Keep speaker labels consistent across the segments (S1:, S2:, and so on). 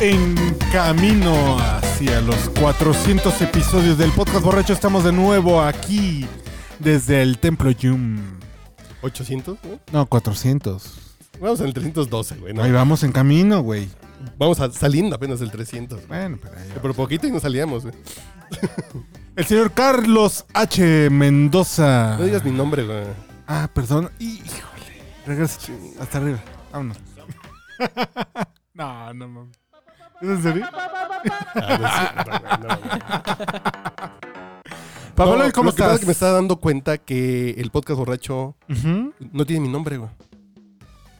S1: En camino hacia los 400 episodios del podcast borracho, estamos de nuevo aquí desde el Templo Yum.
S2: 800, ¿no?
S1: No, 400.
S2: Vamos en el 312, güey. ¿no?
S1: Ahí vamos en camino, güey.
S2: Vamos a, saliendo apenas del 300. güey.
S1: Bueno, pero ahí vamos.
S2: Pero poquito y nos salíamos, güey.
S1: El señor Carlos H. Mendoza.
S2: No digas mi nombre, güey.
S1: Ah, perdón. Híjole. Regresa hasta arriba. Vámonos. no, no mames. ¿Es en serio?
S2: Ah, no es cierto, güey, no, güey.
S1: Papá
S2: No,
S1: Noel, ¿cómo
S2: lo que pasa
S1: estás?
S2: es que me estaba dando cuenta que el podcast borracho
S1: Ujú,
S2: no tiene mi nombre, güey.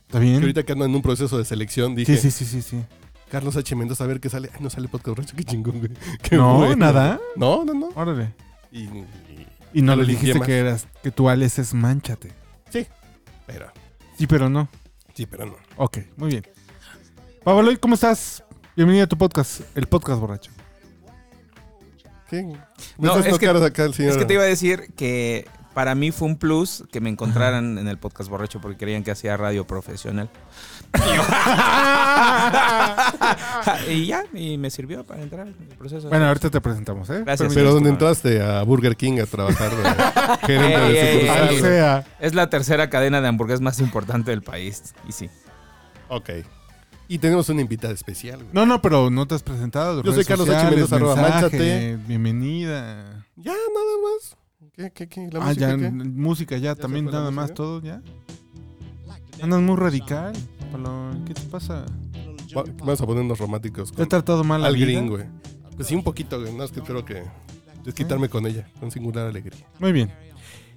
S1: ¿Está bien?
S2: Que ahorita que ando en un proceso de selección, dije,
S1: Sí, sí, sí, sí, sí.
S2: Carlos H. Mendoza, a ver qué sale. Ay, no sale podcast borracho, qué chingón, güey. Qué
S1: No,
S2: bueno.
S1: nada.
S2: No, no, no.
S1: Órale.
S2: Y, y-
S1: Y no
S2: Ya lo
S1: le
S2: limpié
S1: dijiste
S2: más.
S1: que eras, que tu Alex es manchate.
S2: pero,
S1: Sí, pero no.
S2: sí, pero no.
S1: Ok, muy bien. Pablo, ¿cómo estás? Bienvenido a tu podcast, el podcast borracho.
S2: ¿Qué?
S3: No,
S2: No,
S3: es
S2: es
S3: que-
S2: acá al señor.
S3: Es que te iba a decir que para mí fue un plus que me encontraran en el podcast borracho porque creían que hacía radio profesional. y ya, y me sirvió para entrar en el proceso.
S1: Bueno, ahorita te presentamos, ¿eh?
S3: Gracias.
S2: Pero ¿dónde
S3: Disculpa.
S2: entraste? A Burger King a trabajar de gerente
S3: Ey,
S2: de
S3: ey,
S1: Permíteme.
S2: sucursal.
S1: Al
S3: ey.
S2: güey.
S1: sea.
S3: Es la tercera cadena de hamburguesas más importante del país. Y sí.
S2: Ok. Y tenemos una invitada especial, güey.
S1: No, no, pero no te has presentado.
S2: Yo soy
S1: redes
S2: Carlos H.
S1: sociales,
S2: Mendoza, arroba,
S1: mensaje,
S2: mánchate.
S1: Bienvenida.
S2: Ya, nada más. ¿Qué, qué, qué? ¿La
S1: ah,
S2: música
S1: ya,
S2: qué?
S1: música ya,
S2: se
S1: también
S2: fue la
S1: nada más,
S2: música?
S1: todo ya. Andas muy radical, Pablo. ¿Qué te pasa?
S2: Va- Vamos a ponernos románticos
S1: Te he
S2: con,
S1: tratado mal la
S2: al
S1: vida?
S2: green, güey. Pues sí, un poquito, güey. No, es que espero que desquitarme con ella, con singular alegría.
S1: Muy bien.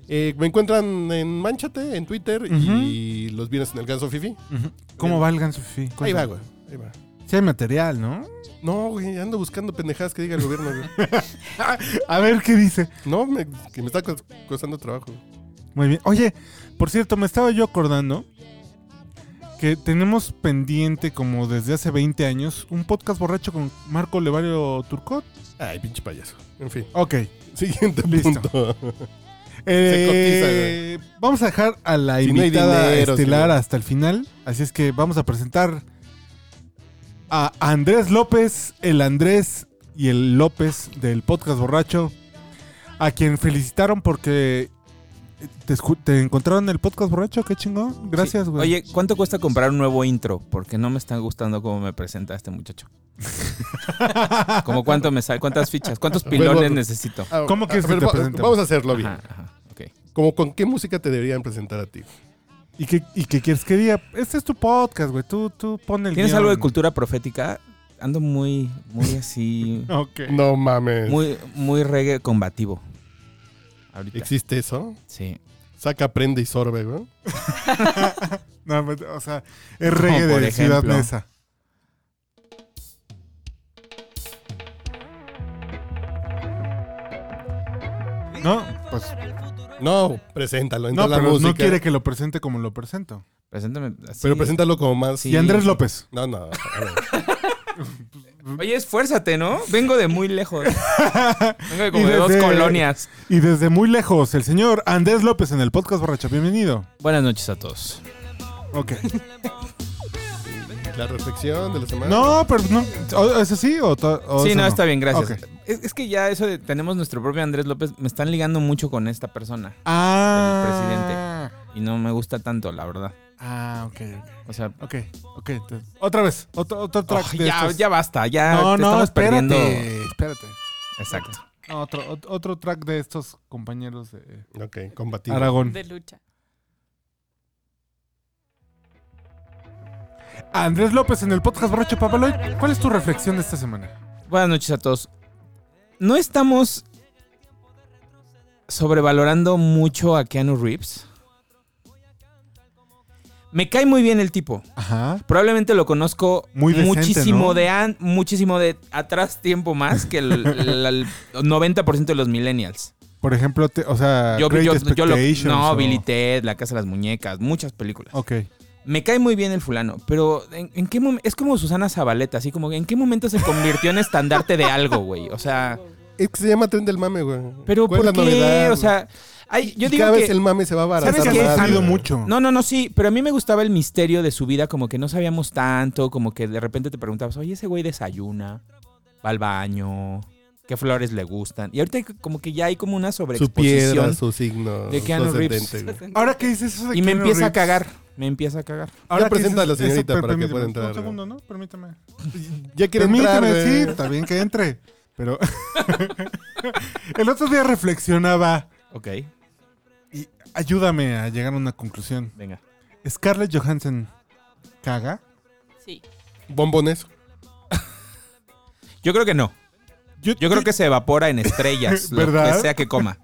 S2: Eh, me encuentran en Manchate, en Twitter, y los viernes en el Ganso Fifi.
S1: Ujú. ¿Cómo va el ganso Fifi?
S2: Ahí va,
S1: Cuéntame.
S2: güey. Ahí va.
S1: Sí hay material, ¿no?
S2: No, güey, ando buscando pendejadas que diga el gobierno, güey.
S1: A ver qué dice.
S2: No, me, que me está cos- costando trabajo.
S1: Muy bien. Oye, por cierto, me estaba yo acordando que tenemos pendiente, como desde hace 20 años, un podcast borracho con Marco Levario Turcot.
S2: Ay, pinche payaso. En fin,
S1: Ok.
S2: siguiente
S1: Listo.
S2: punto.
S1: Eh, vamos a dejar a la
S2: Si no hay
S1: invitada
S2: dinero,
S1: estelar
S2: señor.
S1: hasta el final. Así es que vamos a presentar a Andrés López, el Andrés y el López del podcast borracho, a quien felicitaron porque eh, te, escu- te encontraron en el podcast borracho. Qué chingón. Gracias,
S3: Sí.
S1: güey.
S3: Oye, ¿cuánto cuesta comprar un nuevo intro? Porque no me está gustando cómo me presenta este muchacho. ¿Cómo cuánto me sale? ¿Cuántas fichas? ¿Cuántos pilones
S1: pues,
S2: Vuelvo-
S3: necesito?
S2: Ah,
S1: ¿Cómo quieres
S2: a
S1: que
S2: ver,
S1: te
S2: va-
S1: presentemos?
S2: Vamos a hacerlo bien.
S3: Ajá, ajá, ok.
S2: Como con qué música te deberían presentar a ti.
S1: ¿Y qué, ¿Y qué quieres que diga? Este es tu podcast, güey. Tú, tú pon el
S3: ¿Tienes
S1: guión.
S3: algo de cultura profética? Ando muy, muy así,
S1: Ok.
S2: No mames.
S3: muy, muy reggae combativo. Ahorita.
S2: ¿Existe eso?
S3: Sí.
S2: Saca, prende y sorbe, güey.
S1: No, pues, o sea, es reggae
S3: por
S1: de Ciudad
S3: ejemplo.
S1: Neza. No, pues
S2: No, preséntalo. Entra
S1: no,
S2: la
S1: pero
S2: música.
S1: no quiere que lo presente como lo presento.
S3: Preséntame así.
S2: Pero preséntalo como más.
S3: Sí.
S1: Y Andrés López.
S2: No, no. a ver.
S3: Oye, esfuérzate, ¿no? Vengo de muy lejos. Vengo de como
S1: Y
S3: de dos
S1: desde-
S3: colonias.
S1: Y desde muy lejos, el señor Andrés López en el podcast borracho. Bienvenido.
S3: Buenas noches a todos.
S1: Ok.
S2: La reflexión de la semana.
S1: No, pero no. o- ¿Es así o, to- o
S3: sí,
S1: eso
S3: no, está bien, gracias.
S1: Ok.
S3: Es, es que ya eso de tenemos nuestro propio Andrés López, me están ligando mucho con esta persona
S1: Ah.
S3: y no me gusta tanto, la verdad.
S1: Ah, ok,
S3: O sea,
S1: ok. Ok, entonces, Otra vez. Otro, otro track
S3: oh,
S1: de
S3: ya,
S1: estos.
S3: ya basta, ya
S1: no,
S3: te
S1: no,
S3: estamos
S1: espérate.
S3: perdiendo.
S1: Espérate.
S3: Exacto.
S1: No, Otro, ot- otro track de estos compañeros de eh,
S2: Ok, combativo.
S1: Aragón.
S4: de lucha.
S1: Andrés López en el podcast Borracho Papaloy. ¿Cuál es tu reflexión de esta semana?
S3: Buenas noches a todos. no estamos sobrevalorando mucho a Keanu Reeves. Me cae muy bien el tipo.
S1: Ajá.
S3: Probablemente lo conozco
S1: Muy decente,
S3: muchísimo
S1: ¿no?
S3: de an- muchísimo de atrás tiempo más que el, el- el 90% de los millennials.
S1: Por ejemplo, te- o sea,
S3: Yo,
S1: Ah, Great
S3: yo- yo lo-
S1: Expectations Oh.
S3: no,
S1: o-
S3: Billy Ted, La Casa de las Muñecas, muchas películas.
S1: Ok.
S3: Me cae muy bien el fulano, pero ¿en, en qué momento? Es como Susana Zabaleta, así como, ¿en qué momento se convirtió en estandarte de algo, güey? O sea,
S2: Es que se llama tren del mame, güey.
S3: pero
S2: ¿Cuál
S3: ¿por
S2: es la
S3: qué?
S2: novedad?
S3: o sea, hay- yo
S2: Y
S3: digo
S2: cada
S3: que...
S2: vez el mame se va a
S1: ¿Sabes Ah,
S2: abaratar
S3: qué?
S1: que
S2: más,
S1: ha
S3: Han-
S1: sido
S2: güey.
S1: mucho?
S3: No, no, no, sí, pero a mí me gustaba el misterio de su vida, como que no sabíamos tanto, como que de repente te preguntabas, oye, ese güey desayuna, va al baño, qué flores le gustan. Y ahorita como que ya hay como una
S2: Su piedra,
S3: sobreexposición
S2: su signo.
S3: de Keanu
S2: su
S3: Reeves.
S2: ascendente, güey.
S1: Ahora que dices eso de
S3: Y me
S1: Keanu
S3: empieza a
S1: Reeves-
S3: cagar, me empieza a cagar.
S1: Ahora
S2: Ya
S1: que
S2: presenta a la
S1: dices eso,
S2: señorita
S1: per-
S2: para que
S1: permíteme,
S2: pueda entrar,
S1: Un
S2: güey.
S1: segundo, ¿no? Permítame.
S2: Ya quiere entrar,
S1: Permítame, sí,
S2: güey.
S1: está bien que entre. Pero el otro día reflexionaba
S3: Ok,
S1: y ayúdame a llegar a una conclusión.
S3: venga.
S1: Scarlett Johansson caga.
S4: Sí.
S2: Bombones.
S3: Yo creo que no.
S1: Yo,
S3: Yo creo que se evapora en estrellas, ¿verdad?
S1: ¿Verdad?
S3: Lo que sea que coma.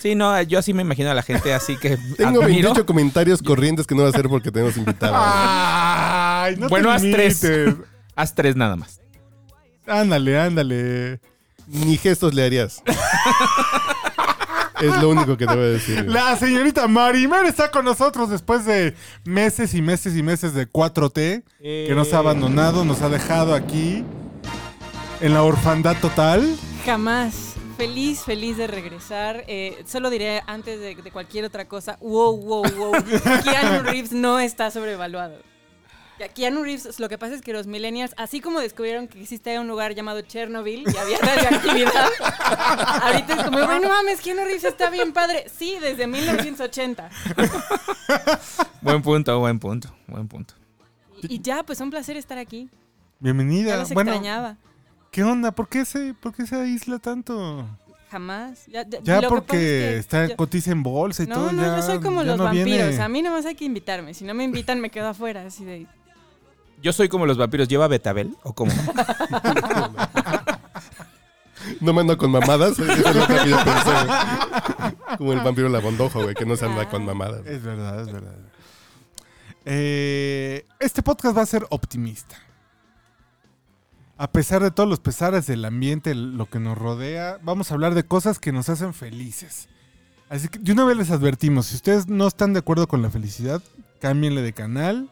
S3: Sí, no, yo así me imagino a la gente así que
S2: Tengo
S3: admiro.
S2: 28 comentarios corrientes que no va a hacer porque tenemos invitados.
S1: Ay, no
S3: Bueno,
S1: te
S3: haz tres.
S1: limites.
S3: Haz tres nada más.
S1: Ándale, ándale.
S2: Ni gestos le harías. es lo único que te voy a decir. güey.
S1: La señorita Marimer está con nosotros después de meses y meses y meses de 4T, que nos ha abandonado, nos ha dejado aquí en la orfandad total.
S4: Jamás. Feliz, feliz de regresar. Eh, solo diré antes de, de cualquier otra cosa, wow, wow, wow. Keanu Reeves no está sobrevaluado. Ya, Keanu Reeves, lo que pasa es que los millennials, así como descubrieron que existía un lugar llamado Chernobyl y había radioactividad, ahorita es como, bueno, mames, Keanu Reeves está bien padre. Sí, desde 1980.
S3: Buen punto, buen punto, buen punto.
S4: Y, y ya, pues un placer estar aquí. Ya
S1: Bienvenida.
S4: los
S1: Bueno,
S4: extrañaba.
S1: ¿qué onda? ¿Por qué se, por qué se aísla tanto?
S4: Jamás. Ya, ya-
S1: Ya
S4: lo que
S1: porque
S4: pasa es que
S1: está
S4: yo-
S1: cotiza en bolsa y
S4: No,
S1: todo.
S4: no,
S1: ya,
S4: yo soy como
S1: ya
S4: los
S1: no viene.
S4: vampiros. A mí nomás hay que invitarme. Si no me invitan, me quedo afuera. Así de.
S3: Yo soy como los vampiros, ¿lleva Betabel o cómo?
S2: No me ando con mamadas. Eso es lo que yo pensé, güey. Como el vampiro la bondojo, güey, que no se anda con mamadas. güey.
S1: Es verdad, es verdad. Eh, este podcast va a ser optimista. A pesar de todos los pesares del ambiente, lo que nos rodea, vamos a hablar de cosas que nos hacen felices. Así que de una vez les advertimos, si ustedes no están de acuerdo con la felicidad, cámbienle de canal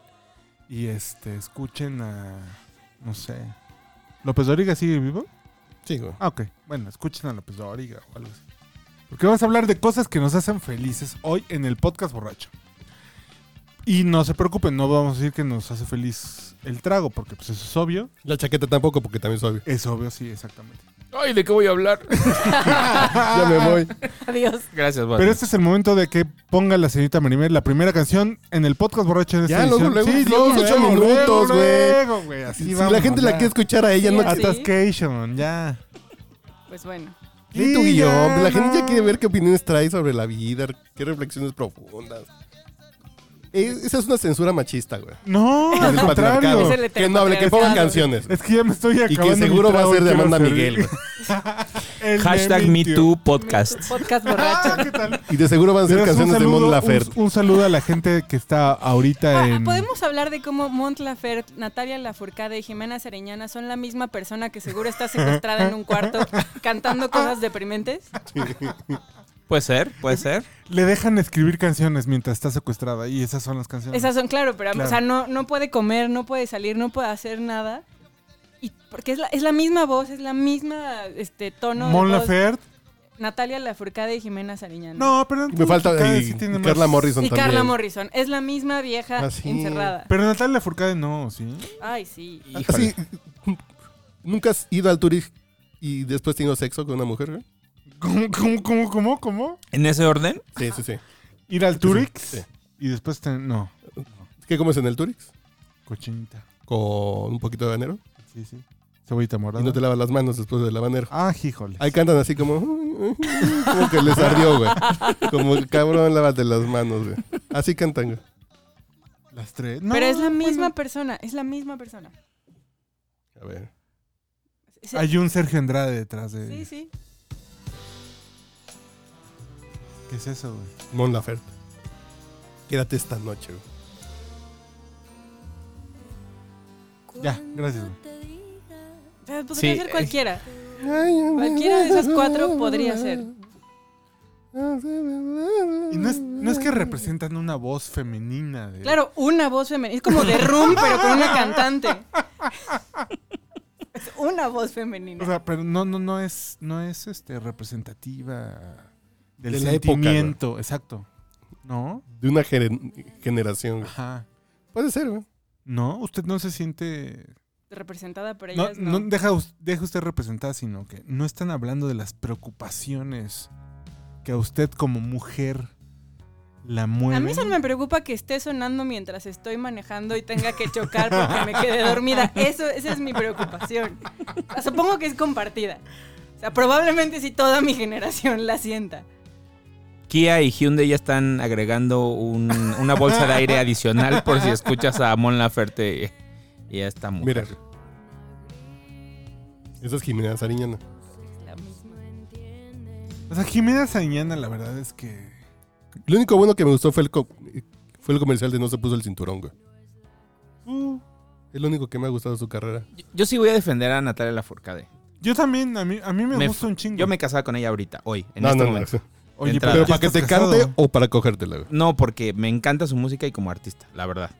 S1: y este escuchen a no sé. López Dóriga sigue vivo?
S2: Sí, güey.
S1: Ah, ok. Bueno, escuchen a López Dóriga o algo así. Porque vamos a hablar de cosas que nos hacen felices hoy en el podcast borracho. Y no se preocupen, no vamos a decir que nos hace feliz el trago, porque pues eso es obvio.
S2: La chaqueta tampoco, porque también soy.
S1: Es obvio, sí, exactamente.
S3: Ay, ¿de qué voy a hablar?
S2: Ya
S1: Ah,
S2: me voy.
S4: Adiós.
S3: Gracias, Bob.
S1: Pero este es el momento de que ponga la señorita Marimer la primera canción en el podcast borracho de
S2: Ya,
S1: esta
S2: luego,
S1: edición.
S2: luego, luego, ocho minutos, güey.
S1: luego, güey. Así
S2: Si
S1: vamos,
S2: la gente la
S1: ya.
S2: quiere escuchar a ella,
S4: Sí,
S2: no
S4: así.
S1: Atascation, ya.
S4: Pues bueno.
S2: Lee tu
S1: Sí, ya,
S2: guión. La gente ya
S1: no.
S2: quiere ver qué opiniones trae sobre la vida, qué reflexiones profundas. Es- esa es una censura machista, güey.
S1: No,
S2: Es el
S1: al contrario.
S4: Es el
S2: patriarcado. Que no hable, que pongan canciones.
S1: Es que ya me estoy
S2: Y
S1: acabando.
S2: que
S1: mi
S2: seguro va a
S1: trago,
S2: ser
S1: quiero
S2: demanda
S1: hacer-
S2: Miguel, güey.
S1: El de
S3: Hashtag MeToo Podcast.
S4: Podcast
S1: Ah,
S4: borracho.
S1: ¿qué tal?
S2: Y de seguro van a ser
S1: Pero es un
S2: canciones de
S1: saludo-
S2: Mon Laferte.
S1: Un, un saludo a la gente que está ahorita
S4: Ah,
S1: en.
S4: Podemos hablar de cómo Mont Lafert, Natalia Lafourcade y Jimena Sariñana son la misma persona que seguro está secuestrada en un cuarto cantando cosas deprimentes.
S3: Puede ser, puede ser.
S1: Le dejan escribir canciones mientras está secuestrada y esas son las canciones.
S4: Esas son, claro, pero
S1: Claro.
S4: o sea, no, no puede comer, no puede salir, no puede hacer nada. Y porque es la, es la misma voz, es la misma este, tono
S1: Mon
S4: de voz.
S1: Laferte.
S4: Natalia Lafourcade y Jimena Sariñana.
S1: No, pero
S2: Me falta
S1: Lafourcade
S2: y
S1: sí tiene más-
S2: Carla Morrison
S4: Y
S2: también.
S4: Carla Morrison. Es la misma vieja
S2: Ah, sí.
S4: encerrada.
S1: Pero Natalia Lafourcade no, sí.
S4: Ay, sí.
S3: Híjole.
S2: Sí. ¿Nunca has ido al Turist y después tenido sexo con una mujer? güey?
S1: ¿Cómo, cómo, cómo, cómo? cómo?
S3: ¿En ese orden?
S2: Sí, sí, sí.
S1: Ir al Turix
S2: sí.
S1: y después. ten- No,
S2: ¿Qué comes en el Turix?
S1: cochinita.
S2: Con un poquito de habanero.
S1: Sí, sí. Cebollita morada.
S2: Y no te lavas las manos después del habanero.
S1: Ah, híjole.
S2: Ahí cantan así como. Como que les ardió, güey. Como cabrón, lávate las manos, güey. Así cantan, güey.
S1: Las tres. No,
S4: Pero es la
S1: bueno.
S4: misma persona, es la misma persona.
S2: A ver.
S4: Se-
S1: Hay un Sergio Andrade detrás de.
S4: Sí, sí.
S1: ¿Qué es eso, güey?
S2: Mon Laferte. Quédate esta noche, güey.
S1: Ya, gracias, güey.
S4: Pero pues, Podría
S3: Sí,
S4: ser
S3: eh.
S4: cualquiera. Cualquiera de esas cuatro podría ser.
S1: Y no es, no es que representan una voz femenina. De...
S4: Claro, una voz femenina. Es como de Room, pero con una cantante. Es una voz
S1: O
S4: femenina.
S1: sea, pero no, no, no es, no es este, representativa del
S2: De la época, güey.
S1: sentimiento. Exacto. ¿No?
S2: De una gener- generación, güey.
S1: Ajá.
S2: Puede ser, güey.
S1: ¿No? Usted no se siente.
S4: Representada por
S1: No,
S4: ellas,
S1: no
S4: no.
S1: deja, us- deja usted representada, sino que no están hablando de las preocupaciones que a usted como mujer la mueven.
S4: A mí solo me preocupa que esté sonando mientras estoy manejando y tenga que chocar porque me quedé dormida. Eso, esa es mi preocupación. O sea, supongo que es compartida. O sea, probablemente si toda mi generación la sienta.
S3: Kia y Hyundai ya están agregando un- una bolsa de aire adicional por si escuchas a Mon Laferte y a esta
S2: Mira.
S3: mujer.
S2: Esa es Jimena Sariñana.
S4: La misma.
S1: O sea, Jimena Sañana, la verdad es que.
S2: Lo único bueno que me gustó fue el, co- fue el comercial de No se puso el cinturón, güey.
S3: Mm.
S2: Es lo único que me ha gustado de su carrera.
S3: Yo- Yo sí voy a defender a Natalia Lafourcade.
S1: Yo también, a mí, a mí me,
S3: Me
S1: gusta un chingo.
S3: Yo me casaba con ella ahorita, hoy, en
S2: no,
S3: este
S2: no, no,
S3: momento.
S2: sí.
S1: Oye,
S3: entrada.
S2: Pero
S1: ¿por
S2: para
S1: qué
S2: que te
S1: estás casado?
S2: cante o para cogértela, güey.
S3: No, porque me encanta su música y como artista, la verdad.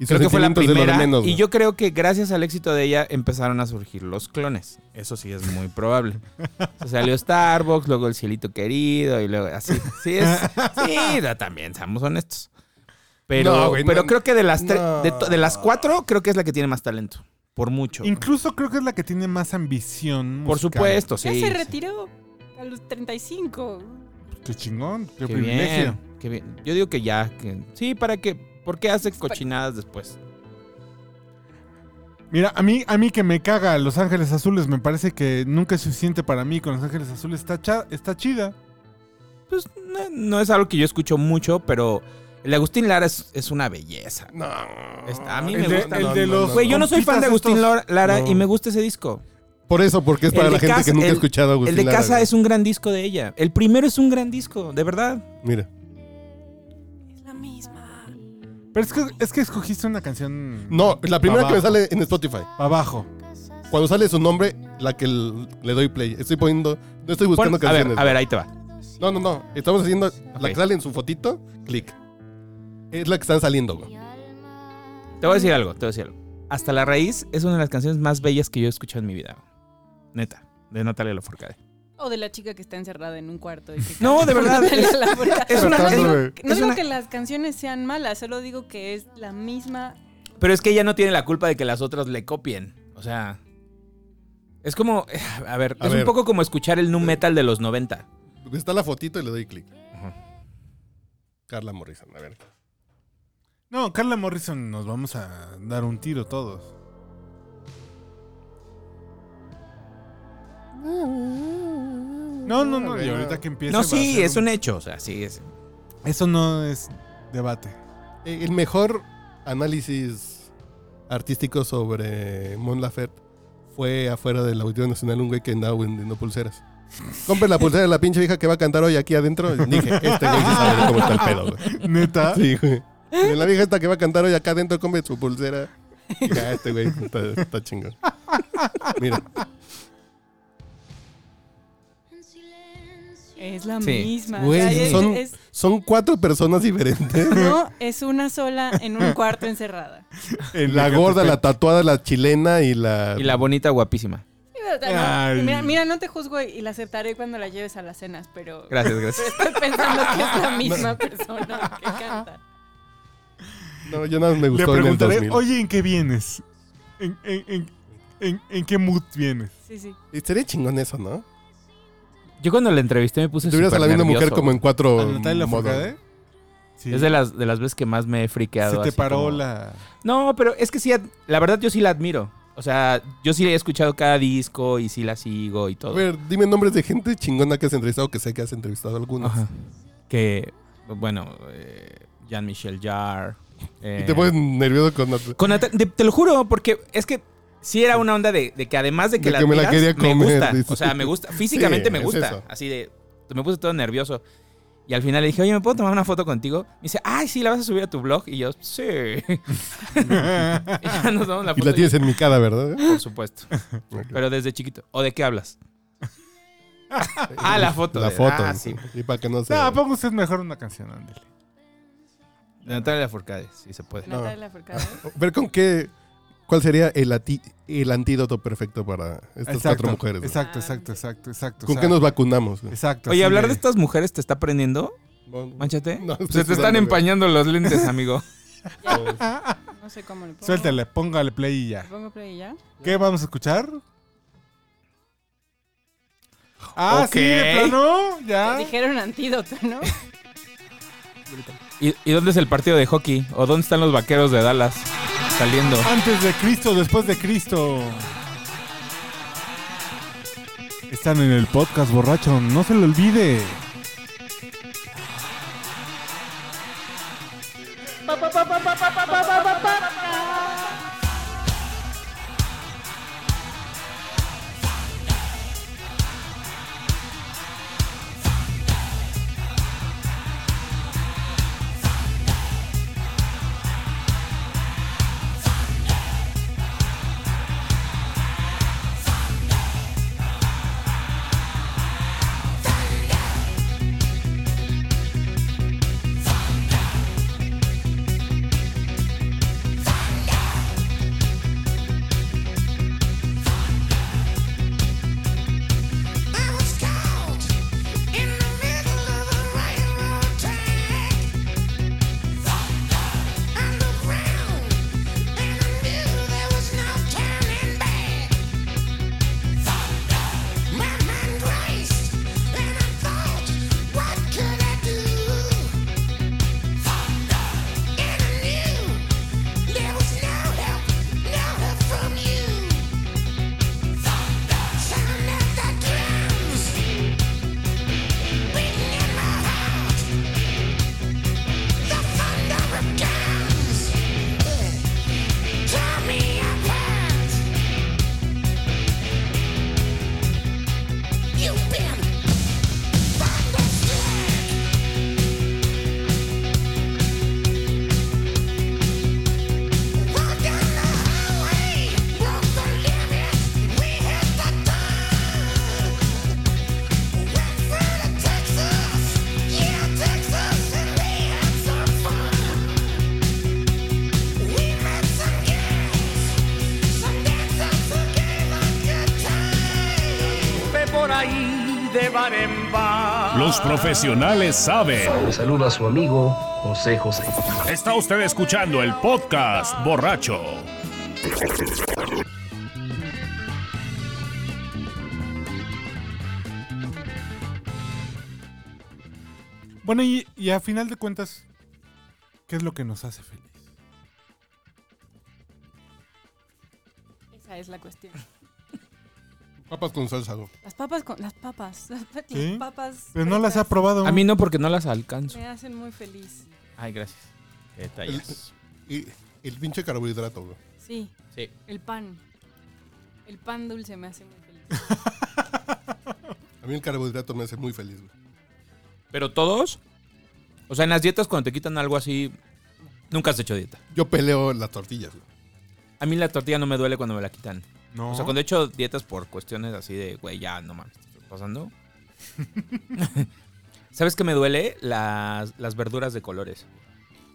S2: Y sus
S3: Creo que fue la
S2: sentimientos de lo de
S3: primera.
S2: menos,
S3: y
S2: güey.
S3: yo creo que gracias al éxito de ella empezaron a surgir los clones. Eso sí es muy probable. Se salió Starbucks, luego el cielito querido y luego así. Sí, es, sí da- también, seamos honestos. Pero,
S2: No, güey,
S3: pero
S2: no.
S3: creo que de las, tres-
S2: No.
S3: de, to- de las cuatro, creo que es la que tiene más talento. Por mucho.
S1: Incluso creo que es la que tiene más ambición.
S3: por
S1: musical.
S3: supuesto,
S4: Ya
S3: sí.
S4: se
S3: sí.
S4: retiró a los 35.
S1: Qué chingón, qué,
S3: Qué
S1: privilegio.
S3: bien, qué bien. Yo digo que ya. que- sí, ¿para qué? ¿Por qué
S4: Pues,
S3: hace cochinadas después?
S1: Mira, a mí, a mí que me caga Los Ángeles Azules, me parece que nunca es suficiente para mí. Con Los Ángeles Azules está, cha- está chida.
S3: Pues no, no es algo que yo escucho mucho, pero el Agustín Lara es, es una belleza.
S2: No.
S3: Está- a mí
S1: El
S3: me
S1: de-
S3: gusta.
S1: el de los-
S3: Güey, yo no soy fan de Agustín
S1: estos-
S3: Lara- Lara
S2: No.
S3: y me gusta ese disco.
S2: Por eso, porque es
S3: El
S2: para
S3: de
S2: la gente
S3: casa-
S2: que nunca ha
S3: el-
S2: escuchado a Agustín
S3: el de
S2: Lara,
S3: Casa
S2: güey.
S3: es un gran disco de ella. El primero es un gran disco, de verdad.
S2: Mira.
S4: Es la misma.
S1: Pero es que, es que escogiste una canción.
S2: No, la primera que me
S1: Abajo.
S2: sale en Spotify.
S1: pa' Abajo.
S2: Cuando sale su nombre, la que l- le doy play. Estoy poniendo. No estoy buscando
S3: Pon- a
S2: canciones.
S3: ver, a ver, ahí te va.
S2: No, no, no. Estamos haciendo. La
S3: Ok.
S2: que sale en su fotito, clic. Es la que están saliendo, güey.
S3: Te voy a decir algo, te voy a decir algo. Hasta la raíz es una de las canciones más bellas que yo he escuchado en mi vida. Neta, de Natalia Lafourcade.
S4: O de la chica que está encerrada en un cuarto. y que
S3: No, de verdad,
S4: Dale
S3: es-
S4: a la puerta.
S3: es una-
S4: No
S3: es
S4: digo-
S2: una-
S4: no
S3: es
S4: digo
S3: una-
S4: que las canciones sean malas, solo digo que es la misma.
S3: Pero es que ella no tiene la culpa de que las otras le copien. O sea, es como, eh, a ver,
S2: A
S3: es
S2: ver. Eh,
S3: un poco como escuchar el nu metal de los 90.
S2: Está la fotito y le doy clic.
S3: Ajá.
S2: Carla Morrison, a ver.
S1: No, Carla Morrison, nos vamos a dar un tiro todos. No, no, no. Y ahorita que empiece.
S3: No,
S1: va a
S3: sí,
S1: ser
S3: es
S1: un-
S3: un hecho, o sea, sí es.
S1: Eso no es debate.
S2: Eh, El mejor análisis artístico sobre Mon Laferte fue afuera del Auditorio Nacional un güey que andaba vendiendo pulseras. Compre la pulsera de la pinche vieja que va a cantar hoy aquí adentro. Dije, este güey sí sabe de cómo está el pedo, güey.
S1: Neta.
S2: Sí, güey. De La vieja esta que va a cantar hoy acá adentro, compre su pulsera. Dije, ah, este güey está, está chingón. Mira,
S4: Es la
S3: Sí.
S4: misma.
S2: Güey,
S4: O sea, es-
S2: son-
S4: es-
S2: son cuatro personas diferentes.
S4: no, es una sola en un cuarto encerrada.
S1: El
S2: La gorda, la tatuada, la chilena y la...
S3: Y la bonita, guapísima.
S4: Sí, o sea,
S1: Ay.
S4: no, mira, mira, no te juzgo y la aceptaré cuando la lleves a las cenas, pero
S3: Gracias, gracias.
S4: estoy pensando que es la misma persona que canta.
S2: No, yo nada más me
S1: Le
S2: gustó en el
S1: preguntaré,
S2: 2000.
S1: oye, ¿en qué vienes? ¿En, en, en, en- en qué mood vienes?
S4: Sí, sí.
S2: Sería chingón eso, ¿no?
S3: Yo cuando la entrevisté me puse
S2: Tuvieras a la
S3: súper
S2: misma mujer
S3: nervioso,
S2: como en cuatro
S1: ¿A Natalia
S2: modos.
S1: Lafourcade? eh? Sí.
S3: Es de las, de las veces que más me he
S1: Se
S3: friqueado.
S1: te
S3: así
S1: paró
S3: como-
S1: la.
S3: No, pero es que sí, ad- la verdad yo sí la admiro. O sea, yo sí he escuchado cada disco y sí la sigo y
S2: A
S3: todo.
S2: ver, dime nombres de gente chingona que has entrevistado, que sé que has entrevistado algunos.
S3: Ajá. Que, bueno, eh, Jean-Michel Jarre. eh,
S2: Y te pones nervioso con...
S3: con Nata- de- te lo juro, porque es que sí era una onda de, de que además de que,
S2: De
S3: la,
S2: que me la
S3: admiras,
S2: quería
S3: me
S2: comer,
S3: gusta.
S2: dice.
S3: O sea, me gusta. Físicamente
S2: Sí,
S3: me
S2: es
S3: gusta.
S2: eso.
S3: así de. Me puse todo nervioso. Y al final le dije, oye, ¿me puedo tomar una foto contigo? Me dice, ay, sí, la vas a subir a tu blog. Y yo, sí. y ya nos damos la
S2: Y
S3: foto.
S2: la tienes en mi cara, ¿verdad?
S3: Por supuesto. Pero desde chiquito. ¿O de qué hablas? ah, la foto.
S2: La
S3: de-
S2: foto.
S3: Ah, sí.
S2: Y para que no se...
S1: No, ponga usted mejor una canción, ándele.
S3: De Natalia Lafourcade, si se puede.
S4: Natalia Lafourcade.
S2: Ver con qué... ¿Cuál sería el, ati- el antídoto perfecto para estas cuatro mujeres? ¿no?
S1: Exacto,
S4: Ah,
S1: exacto,
S4: ok.
S1: exacto, exacto.
S2: ¿Con
S1: o
S2: qué
S1: sea,
S2: nos vacunamos? no?
S1: Exacto.
S3: Oye,
S1: así
S3: hablar de
S1: de-
S3: estas mujeres te está prendiendo. Manchate.
S2: No, estoy
S3: se te están
S2: sudando, güey.
S3: empañando los lentes, amigo.
S2: No,
S4: No sé cómo le pongo.
S1: Suéltale, póngale play y
S4: ¿Le
S1: ya.
S4: pongo play ya?
S1: ¿Qué vamos a escuchar? Ah, sí, de
S3: Ok.
S1: plano, ya.
S4: Dijeron antídoto, ¿no?
S3: ¿Y, y dónde es el partido de hockey? ¿O dónde están los vaqueros de Dallas saliendo?
S1: Antes de Cristo, después de Cristo. Están en el podcast borracho, no se lo olvide.
S5: I was caught in the middle of a railroad track, underground, and I knew there was no turning back. My mind raced, and I thought, what could I do? And I knew there was no help, no help from you. Sound of the drums, beating in my heart. The thunder of guns tore me apart. You've been thunderstruck. Walk down the highway, broke the limits, we hit the door. Went through to Texas, yeah, Texas, and we had some fun. We met some girls, some dancers who gave us good time.
S6: Ve por ahí de bar en bar.
S7: Los profesionales saben.
S8: Le saluda a su amigo José José.
S7: Está usted escuchando el podcast borracho.
S1: Bueno, y, y a final de cuentas, ¿qué es lo que nos hace feliz?
S4: Esa es la cuestión.
S2: Papas con salsa. ¿no?
S4: Las papas con. Las papas. Las, pa-
S1: ¿Sí?
S4: las papas.
S1: Pero no las ha
S4: fritas
S1: probado.
S3: A mí no, porque no las alcanzo.
S4: Me hacen muy feliz.
S3: Ay, gracias. Detalles.
S2: Y el pinche carbohidrato, güey.
S4: Sí,
S3: Sí.
S4: el pan. El pan dulce me hace muy feliz.
S2: A mí el carbohidrato me hace muy feliz, güey.
S3: ¿Pero todos? O sea, en las dietas cuando te quitan algo así, nunca has hecho dieta.
S2: Yo peleo las tortillas, güey.
S3: A mí la tortilla no me duele cuando me la quitan.
S1: No.
S3: O sea, cuando he hecho dietas por cuestiones así de, güey, ya, no mames, ¿te estás pasando? ¿Sabes qué me duele? Las, las verduras de colores.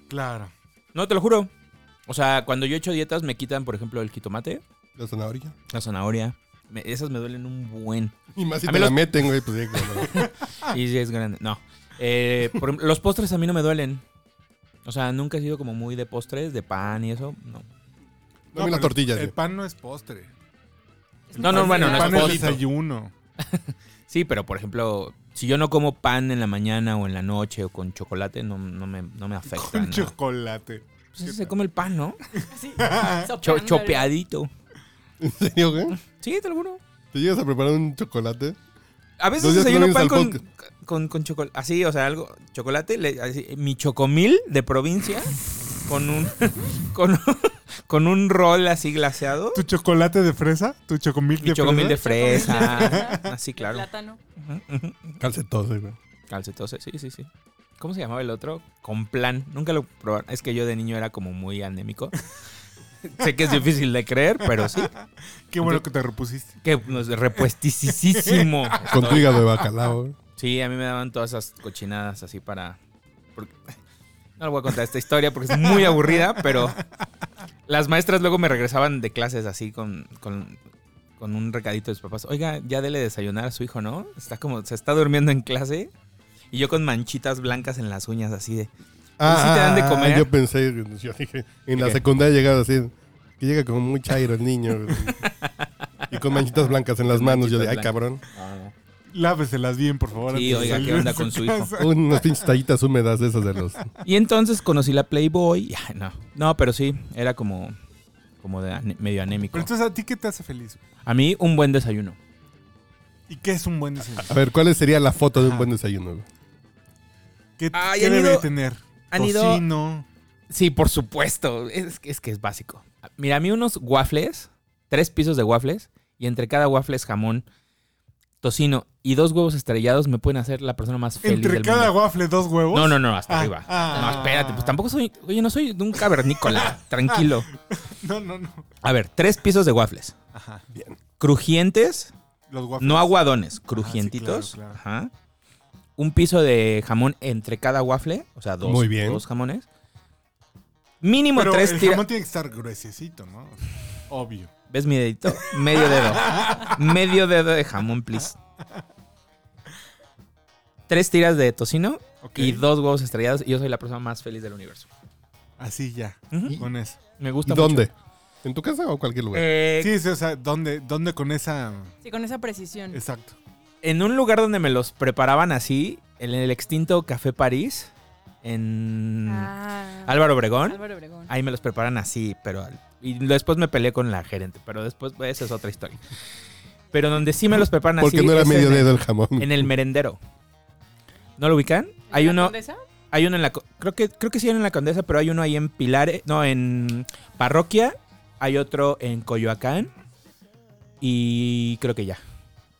S1: Claro.
S3: No, te lo juro. O sea, cuando yo he hecho dietas me quitan, por ejemplo, el jitomate,
S2: La zanahoria.
S3: la zanahoria. Me- esas me duelen un buen.
S2: Y más si
S3: A
S2: te
S3: mí
S2: la
S3: los-
S2: meten, güey, pues ya, güey, no.
S3: Y si es grande. No. Eh, por ejemplo, los postres a mí no me duelen. O sea, nunca he sido como muy de postres, de pan y eso. No,
S2: No, a mí las
S1: pero
S2: tortillas,
S1: El
S2: güey.
S1: pan no es postre.
S4: Es
S3: No,
S4: muy
S3: no, bueno,
S1: el
S3: no
S4: feliz.
S1: pan
S3: es
S1: es
S3: postre.
S1: desayuno.
S3: Sí, pero por ejemplo, si yo no como pan en la mañana o en la noche o con chocolate, no, no, me, no me afecta.
S1: Con
S3: ¿no?
S1: chocolate.
S3: Pues ese se come el pan, ¿no?
S4: Sí,
S3: Cho-
S4: sopeándole.
S3: chopeadito.
S2: ¿En serio, güey?
S3: Sí, te lo juro.
S2: ¿Te llegas a preparar un chocolate?
S3: A veces
S2: Los días que
S3: desayuno
S2: no
S3: pan
S2: vienes al
S3: con, con, chocolate. Así, o sea, algo. Chocolate, le- así, mi chocomil de provincia con un. con, un- con un rol así glaseado.
S1: ¿Tu chocolate de fresa? ¿Tu chocomil
S3: Y
S1: de
S3: chocomil de
S1: fresa?
S3: fresa. Así, claro.
S4: Plátano.
S3: Ujú, ujú.
S2: Calcetose, güey.
S3: Calcetose, sí, sí, sí. ¿Cómo se llamaba el otro? Con plan. Nunca lo probaron. Es que yo de niño era como muy anémico. sé que es difícil de creer, pero sí.
S1: Qué bueno que te repusiste.
S3: Que nos repuestisísimo.
S2: Con tu hígado de bacalao, güey.
S3: Ah, Sí, a mí me daban todas esas cochinadas así para. porque- No le voy a contar esta historia porque es muy aburrida, pero las maestras luego me regresaban de clases así con, con, con un recadito de sus papás. Oiga, ya dele desayunar a su hijo, ¿no? Está como, se está durmiendo en clase. Y yo con manchitas blancas en las uñas así de. sí te dan de comer?
S2: Ah, Yo pensé, yo dije, en la
S3: ¿Qué?
S2: secundaria llegaba así, que llega con muy chairo el niño. güey. y con manchitas blancas en las manos. Yo de, ay,
S3: Manchitas
S2: cabrón.
S1: Láveselas bien, por favor.
S3: Sí,
S1: antes de
S3: oiga,
S1: salir
S3: ¿qué onda
S1: de
S3: con su hijo?
S1: casa.
S2: Unas pinches tallitas húmedas de esas de los...
S3: Y entonces conocí la Playboy. Ay, No, no, pero sí, era como, como de ane- medio anémico.
S1: Pero entonces, ¿a ti qué te hace feliz?
S3: A mí, un buen desayuno.
S1: ¿Y qué es un buen diseño?
S2: A ver, ¿cuál sería la foto de un buen desayuno? güey?
S1: ¿Qué,
S3: Ay,
S1: qué
S3: Ah, han
S1: debe
S3: ido-
S1: tener?
S3: han ido-
S1: Tocino.
S3: Sí, por supuesto. Es, que- es que es básico. Mira, a mí unos waffles, tres pisos de waffles, y entre cada waffles jamón, tocino y dos huevos estrellados me pueden hacer la persona más feliz
S1: ¿Entre
S3: del
S1: cada
S3: mundo.
S1: waffle dos huevos?
S3: No, no, no, hasta
S1: Ah,
S3: arriba.
S1: ah.
S3: no, espérate, pues tampoco soy. Oye, no soy de un cavernícola. tranquilo.
S1: No, no, no.
S3: A ver, tres pisos de waffles.
S1: Ajá.
S3: Crujientes,
S1: Los waffles. Ah,
S3: no aguadones, crujientitos.
S1: claro, claro.
S3: Ajá. Un piso de jamón entre cada waffle, o sea, dos,
S2: Muy bien.
S3: dos jamones. Mínimo
S1: Pero
S3: tres
S1: el
S3: tira-
S1: jamón tiene que estar gruesecito, ¿no? Obvio.
S3: ¿Ves mi dedito? Medio dedo. Medio dedo de jamón, please. Tres tiras de tocino
S1: Ok.
S3: y dos huevos estrellados. Y yo soy la persona más feliz del universo.
S1: Así ya,
S3: Ujú.
S1: con eso.
S3: Me
S2: ¿Y
S3: gusta mucho.
S2: dónde? ¿En tu casa o cualquier lugar?
S3: Eh,
S1: Sí, sí, o sea, ¿dónde, dónde con esa...?
S4: Sí, con esa precisión.
S1: Exacto.
S3: En un lugar donde me los preparaban así, en el extinto Café París, en
S4: Ah,
S3: Álvaro Obregón,
S4: Álvaro Obregón.
S3: ahí me los preparan así, pero... al- Y después me peleé con la gerente, pero después pues, esa es otra historia. Pero donde sí me los preparan así...
S2: Porque no era
S3: es en
S2: medio
S3: el-
S2: dedo el jamón.
S3: En el merendero. ¿No lo ubican? Hay
S4: ¿La
S3: uno,
S4: Condesa?
S3: hay uno en la co- creo que creo que sí era en la Condesa, pero hay uno ahí en Pilares, no, en Parroquia, hay otro en Coyoacán y creo que ya.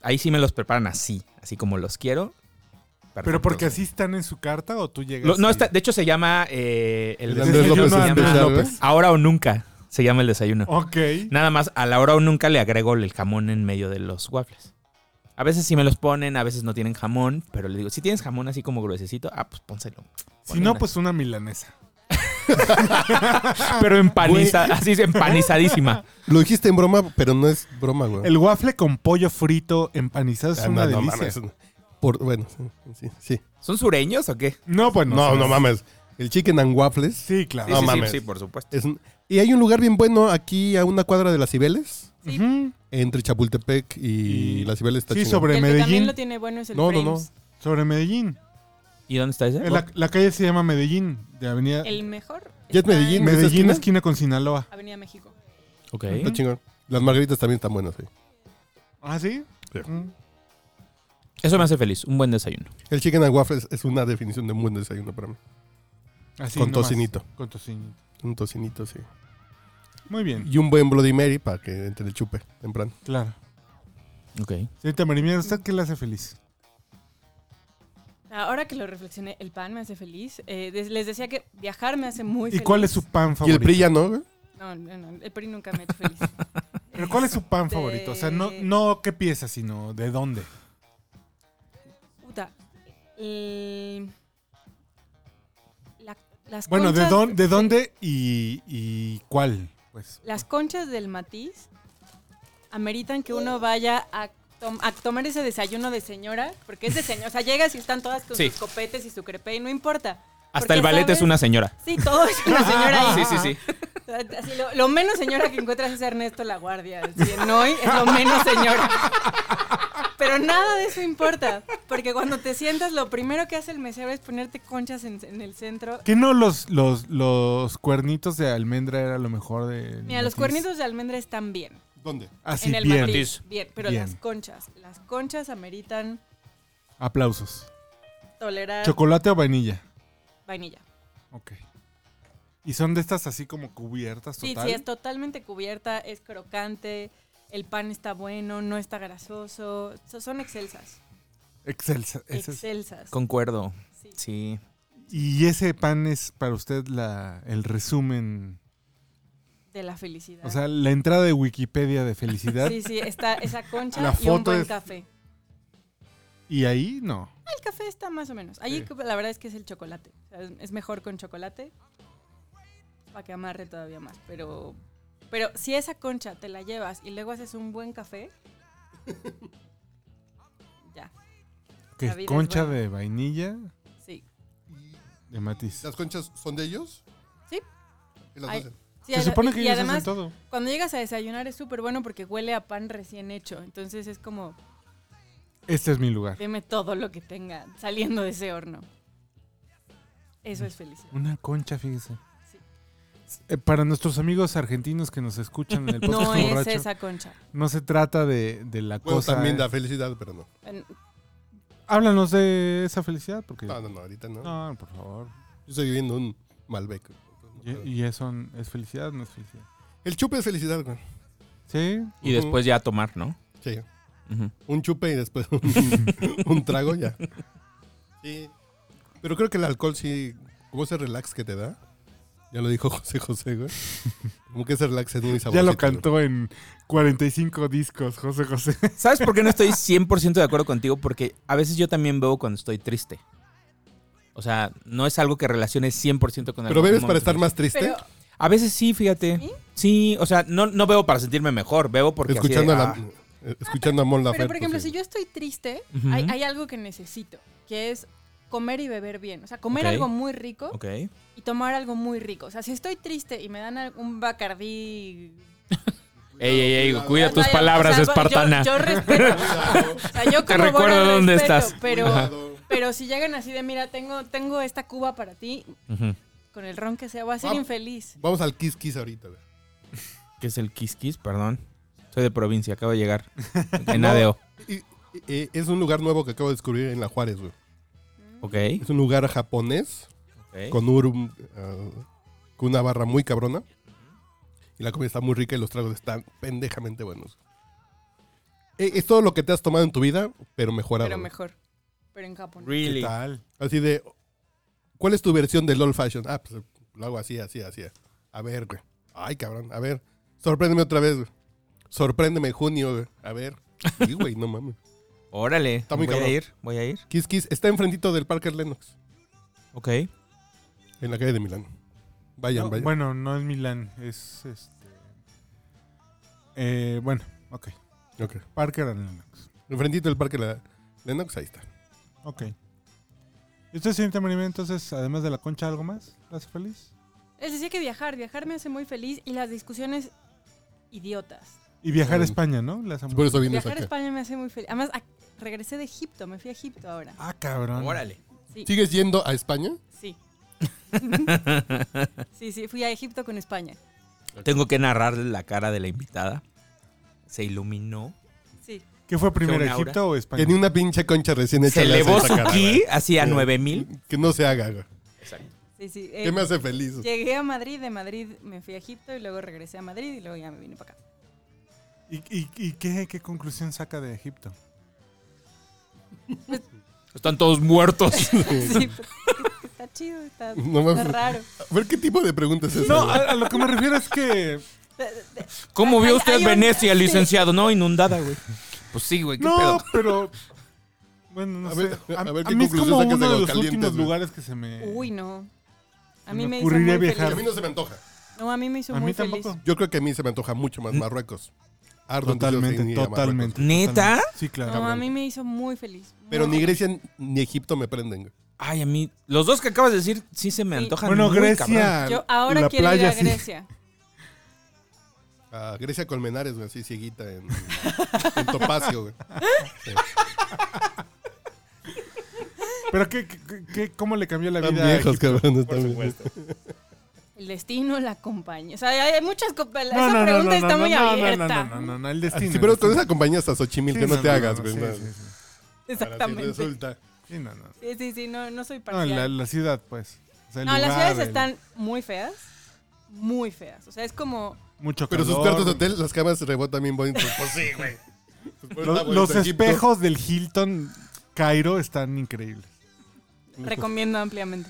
S3: Ahí sí me los preparan así, así como los quiero.
S1: ¿Pero
S3: Perfectos.
S1: porque así están en su carta o tú llegas?
S3: Lo- no
S1: y-
S3: está, de hecho se llama eh, el,
S2: El
S1: Desayuno
S2: Andrés López
S1: Andrés
S2: especial, güey.
S1: López.
S3: ahora o nunca se llama el desayuno.
S1: Ok.
S3: Nada más a la hora o nunca le agrego el jamón en medio de los waffles. A veces sí me los ponen, a veces no tienen jamón, pero le digo, si tienes jamón así como gruesecito, ah, pues pónselo.
S1: Si no, pues una milanesa.
S3: Pero empaniza, así es, empanizadísima.
S2: Lo dijiste en broma, pero no es broma, güey.
S1: El waffle con pollo frito empanizado es
S2: Ah,
S1: una
S2: no, no
S1: delicia.
S2: mames. Por, bueno, sí, sí, sí.
S3: ¿Son sureños o qué?
S1: No, pues no.
S2: No, no
S1: sí.
S2: mames. El chicken and waffles.
S1: Sí, claro.
S2: No mames.
S3: por
S1: Pues,
S3: supuesto.
S2: Es un- y hay un lugar bien bueno aquí a una cuadra de las Cibeles.
S4: Sí.
S1: Ujú.
S2: Entre Chapultepec y,
S1: Y-
S2: las Cibeles está
S1: Sí,
S2: chingón.
S4: Y
S1: sobre
S4: El que también
S1: Medellín.
S4: lo tiene bueno es el
S2: No, no,
S4: Frames.
S1: Sobre Medellín.
S3: ¿Y dónde está ese?
S1: En La, la calle se llama Medellín, de Avenida
S4: El mejor.
S2: ¿Ya es
S4: está en
S2: Medellín? ¿Esa
S1: Medellín,
S2: esquina?
S1: esquina con Sinaloa.
S4: Avenida México.
S3: Ok.
S2: Está chingón. Las margaritas también están buenas, sí.
S1: ¿Ah, sí?
S2: Sí.
S1: Mm.
S3: Eso me hace feliz, un buen desayuno.
S2: El chicken and waffles es una definición de un buen desayuno para mí.
S1: Así
S2: Con
S1: nomás.
S2: tocinito.
S1: Con tocinito.
S2: Un tocinito, sí.
S1: Muy bien,
S2: Y un buen Bloody Mary para que entre el chupe temprano.
S1: claro.
S3: Ok.
S1: Señorita Marimia, ¿usted qué le hace feliz?
S4: Ahora que lo reflexioné, el pan me hace feliz. Eh, des- les decía que viajar me hace muy
S1: ¿Y
S4: feliz.
S1: cuál es su pan
S2: Y el
S1: favorito?
S2: PRI ya no, güey.
S4: No, no, no, el PRI nunca me ha hecho feliz.
S1: ¿Pero cuál es su pan
S4: Este-
S1: favorito? O sea, no, no qué pieza, sino de dónde.
S4: Puta. el- la- las
S1: Bueno, de,
S4: conchas-
S1: dónde- de dónde y, y cuál, pues.
S4: Las conchas del matiz ameritan que uno vaya a, tom- a tomar ese desayuno de señora, porque es de señora. O sea, llegas y están todas con
S3: Sí.
S4: sus copetes y su crepe y no importa.
S3: Hasta
S4: porque
S3: el ballet
S4: sabes-
S3: es una señora.
S4: Sí, todo es una señora ahí.
S3: Ah, sí.
S4: Así, lo, lo menos señora que encuentras es Ernesto La Guardia. así, en hoy es lo menos señora. Pero nada de eso importa, porque cuando te sientas, lo primero que hace el mesero es ponerte conchas en, en el centro.
S1: ¿Qué no los, los, los cuernitos de almendra era lo mejor de.
S4: Mira, los cuernitos de almendra están bien.
S2: ¿Dónde?
S1: Así,
S4: en el
S1: bien.
S4: matiz, bien, pero
S1: Bien.
S4: las conchas, las conchas ameritan
S1: Aplausos.
S4: tolerar
S1: ¿Chocolate o vainilla?
S4: vainilla.
S1: Ok. Y son de estas así como cubiertas
S4: Sí,
S1: total.
S4: sí, es totalmente cubierta, es crocante, el pan está bueno, no está grasoso. so- Son excelsas.
S1: Excelsa. ese es-
S4: Excelsas.
S3: Concuerdo.
S4: Sí.
S3: Sí.
S1: Y ese pan es para usted la, el resumen,
S4: De la felicidad.
S1: o sea, la entrada de Wikipedia de felicidad.
S4: sí, sí, está esa concha
S1: La
S4: y un
S1: foto
S4: buen
S1: es-
S4: café.
S1: Y ahí no.
S4: El café está más o menos. Allí la verdad es que es el chocolate. O sea, es, es mejor con chocolate para que amarre todavía más. Pero, pero si esa concha te la llevas y luego haces un buen café, ya,
S1: Que
S4: La vida es
S1: concha
S4: buena.
S1: de vainilla
S4: sí.
S1: de matiz.
S2: ¿Las conchas son de ellos?
S4: Sí.
S2: ¿Y las
S4: Ay,
S2: hacen?
S4: Sí,
S1: Se
S4: adem-
S1: supone
S4: y-
S1: que
S4: y
S1: ellos
S4: además,
S1: hacen todo.
S4: cuando llegas a desayunar es súper bueno porque huele a pan recién hecho. Entonces es como,
S1: Este es mi lugar.
S4: deme todo lo que tenga saliendo de ese horno. Eso es felicidad.
S1: Una concha, fíjese.
S4: Sí.
S1: Eh, para nuestros amigos argentinos que nos escuchan en el podcast
S4: No es
S1: borracho,
S4: esa concha.
S1: no se trata de, de la
S2: Bueno,
S1: cosa. eh.
S2: también da felicidad, pero no.
S4: En-
S1: Háblanos de esa felicidad, porque.
S2: No, no, no, ahorita no.
S1: No, por favor.
S2: Yo estoy viviendo un Malbec.
S1: Y, y eso n- es felicidad, no es felicidad.
S2: El chupe es felicidad, güey.
S1: Sí.
S3: Y después ya a tomar, ¿no?
S2: Sí.
S3: Ujú.
S2: Un chupe y después un, un trago ya. Sí. Pero creo que el alcohol sí, como ese relax que te da. Ya lo dijo José José, güey. Como que ese relax es muy sabroso.
S1: Ya lo cantó en 45 discos, José José.
S3: ¿Sabes por qué no estoy 100% de acuerdo contigo? Porque a veces yo también bebo cuando estoy triste. O sea, no es algo que relacione 100% con
S2: Pero
S3: algún
S2: bebes para
S3: momento.
S2: estar más triste.
S4: pero
S3: A veces sí, fíjate.
S4: ¿Sí?
S3: ¿Sí? o sea, no, no bebo para sentirme mejor, bebo porque... así de,
S2: escuchando a, la-
S3: ah,
S2: eh, escuchando a Mon
S4: Pero,
S2: Laferte.
S4: por ejemplo,
S2: sí.
S4: si yo estoy triste,
S3: pues, Ujú.
S4: hay, hay algo que necesito, que es comer y beber bien. O sea, comer
S3: Ok.
S4: algo muy rico
S3: Ok.
S4: y tomar algo muy rico. O sea, si estoy triste y me dan al- un bacardí...
S3: Ey, ey, ey, cuida
S4: Vaya,
S3: tus
S4: o
S3: palabras,
S4: sea,
S3: espartana.
S4: Yo, yo respeto. O sea, yo
S3: Te
S4: como
S3: recuerdo
S4: buena
S3: dónde
S4: respeto,
S3: estás.
S4: Pero, pero si llegan así de, mira, tengo, tengo esta cuba para ti,
S3: Ujú.
S4: con el ron que sea, voy a ser
S2: Ah.
S4: infeliz.
S2: Vamos al Kiss Kiss ahorita, güey.
S3: ¿Qué es el Kiss Kiss? Perdón. Soy de provincia, acabo de llegar. En ADO.
S2: Y- y- eh, es un lugar nuevo que acabo de descubrir en La Juárez, güey.
S3: Ok.
S2: Es un lugar japonés
S3: ok.
S2: con, urum, ah, con una barra muy cabrona. Y la comida está muy rica y los tragos están pendejamente buenos. Eh, Es todo lo que te has tomado en tu vida, pero mejorado.
S4: Pero
S2: güey.
S4: mejor. Pero en Japón.
S1: ¿Qué
S3: Really.
S1: tal?
S2: Así de, ¿cuál es tu versión del old fashion? Ah, pues lo hago así, así, así. A ver, güey. Ay, cabrón. A ver. Sorpréndeme otra vez, güey. Sorpréndeme en junio, güey. A ver. Sí, güey, no mames.
S3: Órale.
S2: muy
S3: voy a
S2: cabrón.
S3: ir, voy a ir.
S2: Kiss Kiss está enfrentito del Parker Lennox,
S3: Ok.
S2: en la calle de Milán. Vayan,
S1: No,
S2: vayan.
S1: bueno, no es Milán, es este. Eh, bueno, ok.
S2: Ok.
S1: Parker and Lennox.
S2: Enfrentito del Parker la- Lennox, ahí está.
S1: Ok. ¿Y usted, señorita Marimé, entonces, además de la concha, algo más? ¿La hace feliz?
S4: Es decir, que viajar. Viajar me hace muy feliz y las discusiones idiotas.
S1: Y viajar a
S2: Mm.
S1: España, ¿no? La hace muy-
S2: Por eso vienes
S4: Viajar a
S2: acá.
S4: España me hace muy feliz. Además, ac- regresé de Egipto, me fui a Egipto ahora.
S1: Ah, cabrón.
S3: Órale.
S2: ¿Sigues yendo a España?
S4: Sí. sí, sí, fui a Egipto con España.
S3: Tengo que narrarle la cara de la invitada. Se iluminó.
S4: Sí.
S1: ¿Qué fue primero,
S3: Fue un aura.
S1: Egipto o España?
S2: Que ni una pinche concha recién hecha.
S3: Se
S2: le hace
S3: elevó
S2: esa
S3: su
S2: cara,
S3: ki
S2: güey.
S3: así a
S2: Sí.
S3: 9000.
S2: Que no se haga, güey.
S4: Sí, sí. eh,
S2: ¿Qué me hace feliz?
S4: Llegué a Madrid, de Madrid me fui a Egipto y luego regresé a Madrid y luego ya me vine para acá.
S1: ¿Y, y- y qué, qué conclusión saca de Egipto?
S3: Están todos muertos.
S4: Sí, pues, está chido, está,
S2: No
S4: está
S2: mames.
S4: raro.
S2: A ver, ¿qué tipo de preguntas es esa?
S1: No,
S2: güey?
S1: a, a lo que me refiero es que.
S4: De- de-
S3: ¿Cómo
S4: Hay-
S3: vio
S4: hay-
S3: usted
S4: hay un-
S3: Venecia,
S4: sí.
S3: licenciado? No, inundada, güey. Pues sí, güey, qué
S1: No,
S3: pedo.
S1: pero. Bueno, no
S2: A
S1: sé.
S2: ver,
S1: a,
S2: a ver
S1: a
S2: qué
S1: mí es
S2: conclusión
S1: como
S2: sacas de
S1: uno de los
S2: Aguascalientes,
S1: últimos
S2: güey.
S1: lugares que se me.
S4: Uy, no. A
S1: Se
S4: mí
S1: me
S4: me, hizo
S1: ocurriría
S4: muy
S1: viajar.
S2: A mí
S4: feliz.
S2: no se me antoja.
S4: No, a mí me hizo
S1: a
S4: muy
S1: mí
S4: feliz.
S1: tampoco.
S2: Yo creo que a mí se me antoja mucho más Marruecos. Ardo pues, entusiasmo
S1: Totalmente,
S2: en ir a Marruecos.
S1: totalmente.
S3: ¿Neta?
S1: totalmente. Sí, claro.
S4: No, a mí me hizo muy feliz. muy
S2: Pero ni
S4: feliz.
S2: Grecia ni Egipto me prenden. güey.
S3: Ay, a mí. Los dos que acabas de decir sí se me
S4: Sí.
S3: antojan.
S1: Bueno,
S3: muy cabrón.
S1: Grecia.
S4: Yo ahora
S1: la
S4: quiero
S1: playa,
S4: ir a
S1: sí.
S4: Grecia.
S2: A Grecia Colmenares, güey, así cieguita en, en Topacio, güey.
S1: ¿Pero qué, qué- qué- cómo le cambió la
S2: Están
S1: vida? a
S2: viejos,
S1: Egipto?
S2: cabrón,
S1: Por
S2: están viejos.
S1: supuesto.
S4: El destino la acompaña. O sea, hay hay muchas... co-
S1: No,
S4: Esa
S1: no, no,
S4: pregunta
S1: no,
S4: está
S1: no,
S4: muy
S1: no, no,
S4: abierta.
S1: No, no, no, no, el
S2: Ah,
S1: destino.
S2: sí, pero
S1: el
S2: con
S1: destino.
S2: esa compañía hasta Xochimilco,
S1: Sí,
S2: no, te hagas,
S1: no,
S2: güey.
S1: sí,
S2: no.
S1: sí, sí.
S2: Ahora sí
S4: Exactamente. Sí,
S2: resulta.
S1: Sí, no, no.
S4: sí, sí, no, no soy
S1: No,
S4: parcial.
S1: la, la ciudad, pues. O sea, el
S4: No, las
S1: lugar,
S4: ciudades
S1: el-
S4: están muy feas. muy feas. O sea, es como.
S1: Mucho
S2: Pero sus
S1: calor.
S2: cuartos de hotel, las camas rebotan bien bonitos. Pues sí, güey. Pues, pues, está
S1: Los,
S2: bonito
S1: los
S2: Egipto.
S1: espejos del Hilton Cairo están increíbles.
S4: Recomiendo ampliamente.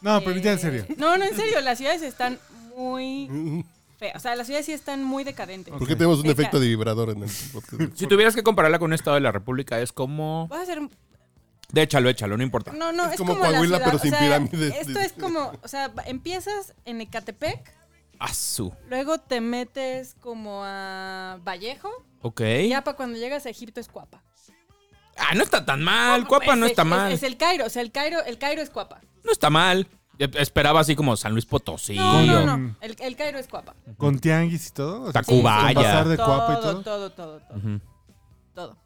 S1: No, pero ya en
S4: Eh,
S1: serio.
S4: No, no, en serio. Las ciudades están muy
S2: Mm,
S4: feas. O sea, las ciudades sí están muy decadentes.
S2: ¿Por qué tenemos un
S4: Venga.
S2: efecto de vibrador en el podcast?
S3: Si tuvieras que compararla con un estado de la República, es como...
S4: Vas a hacer
S3: De échalo, échalo, no importa.
S4: No, no,
S2: Es
S4: es,
S2: como
S4: como, la
S2: Coahuila,
S4: ciudad,
S2: pero sin
S4: o sea,
S2: pirámides.
S4: Esto es como, o sea, va- empiezas en Ecatepec,
S3: Azú.
S4: luego te metes como a Vallejo,
S3: Ok.
S4: y ya para cuando llegas a Egipto es Cuapa.
S3: Ah, no está tan mal. Cuapa no
S4: Es-
S3: está
S4: es-
S3: mal.
S4: Es, el Cairo, o sea, el Cairo, el Cairo es Cuapa.
S3: No está mal. Eh, Esperaba así como San Luis Potosí.
S4: No, no,
S3: o-
S4: no, el, el Cairo es Cuapa.
S1: Con tianguis y todo. o sea,
S3: Tacubaya.
S1: con Bazar de
S4: todo,
S1: Cuapa y
S4: todo,
S1: todo.
S4: todo, todo, todo.
S3: Ujú.
S4: todo.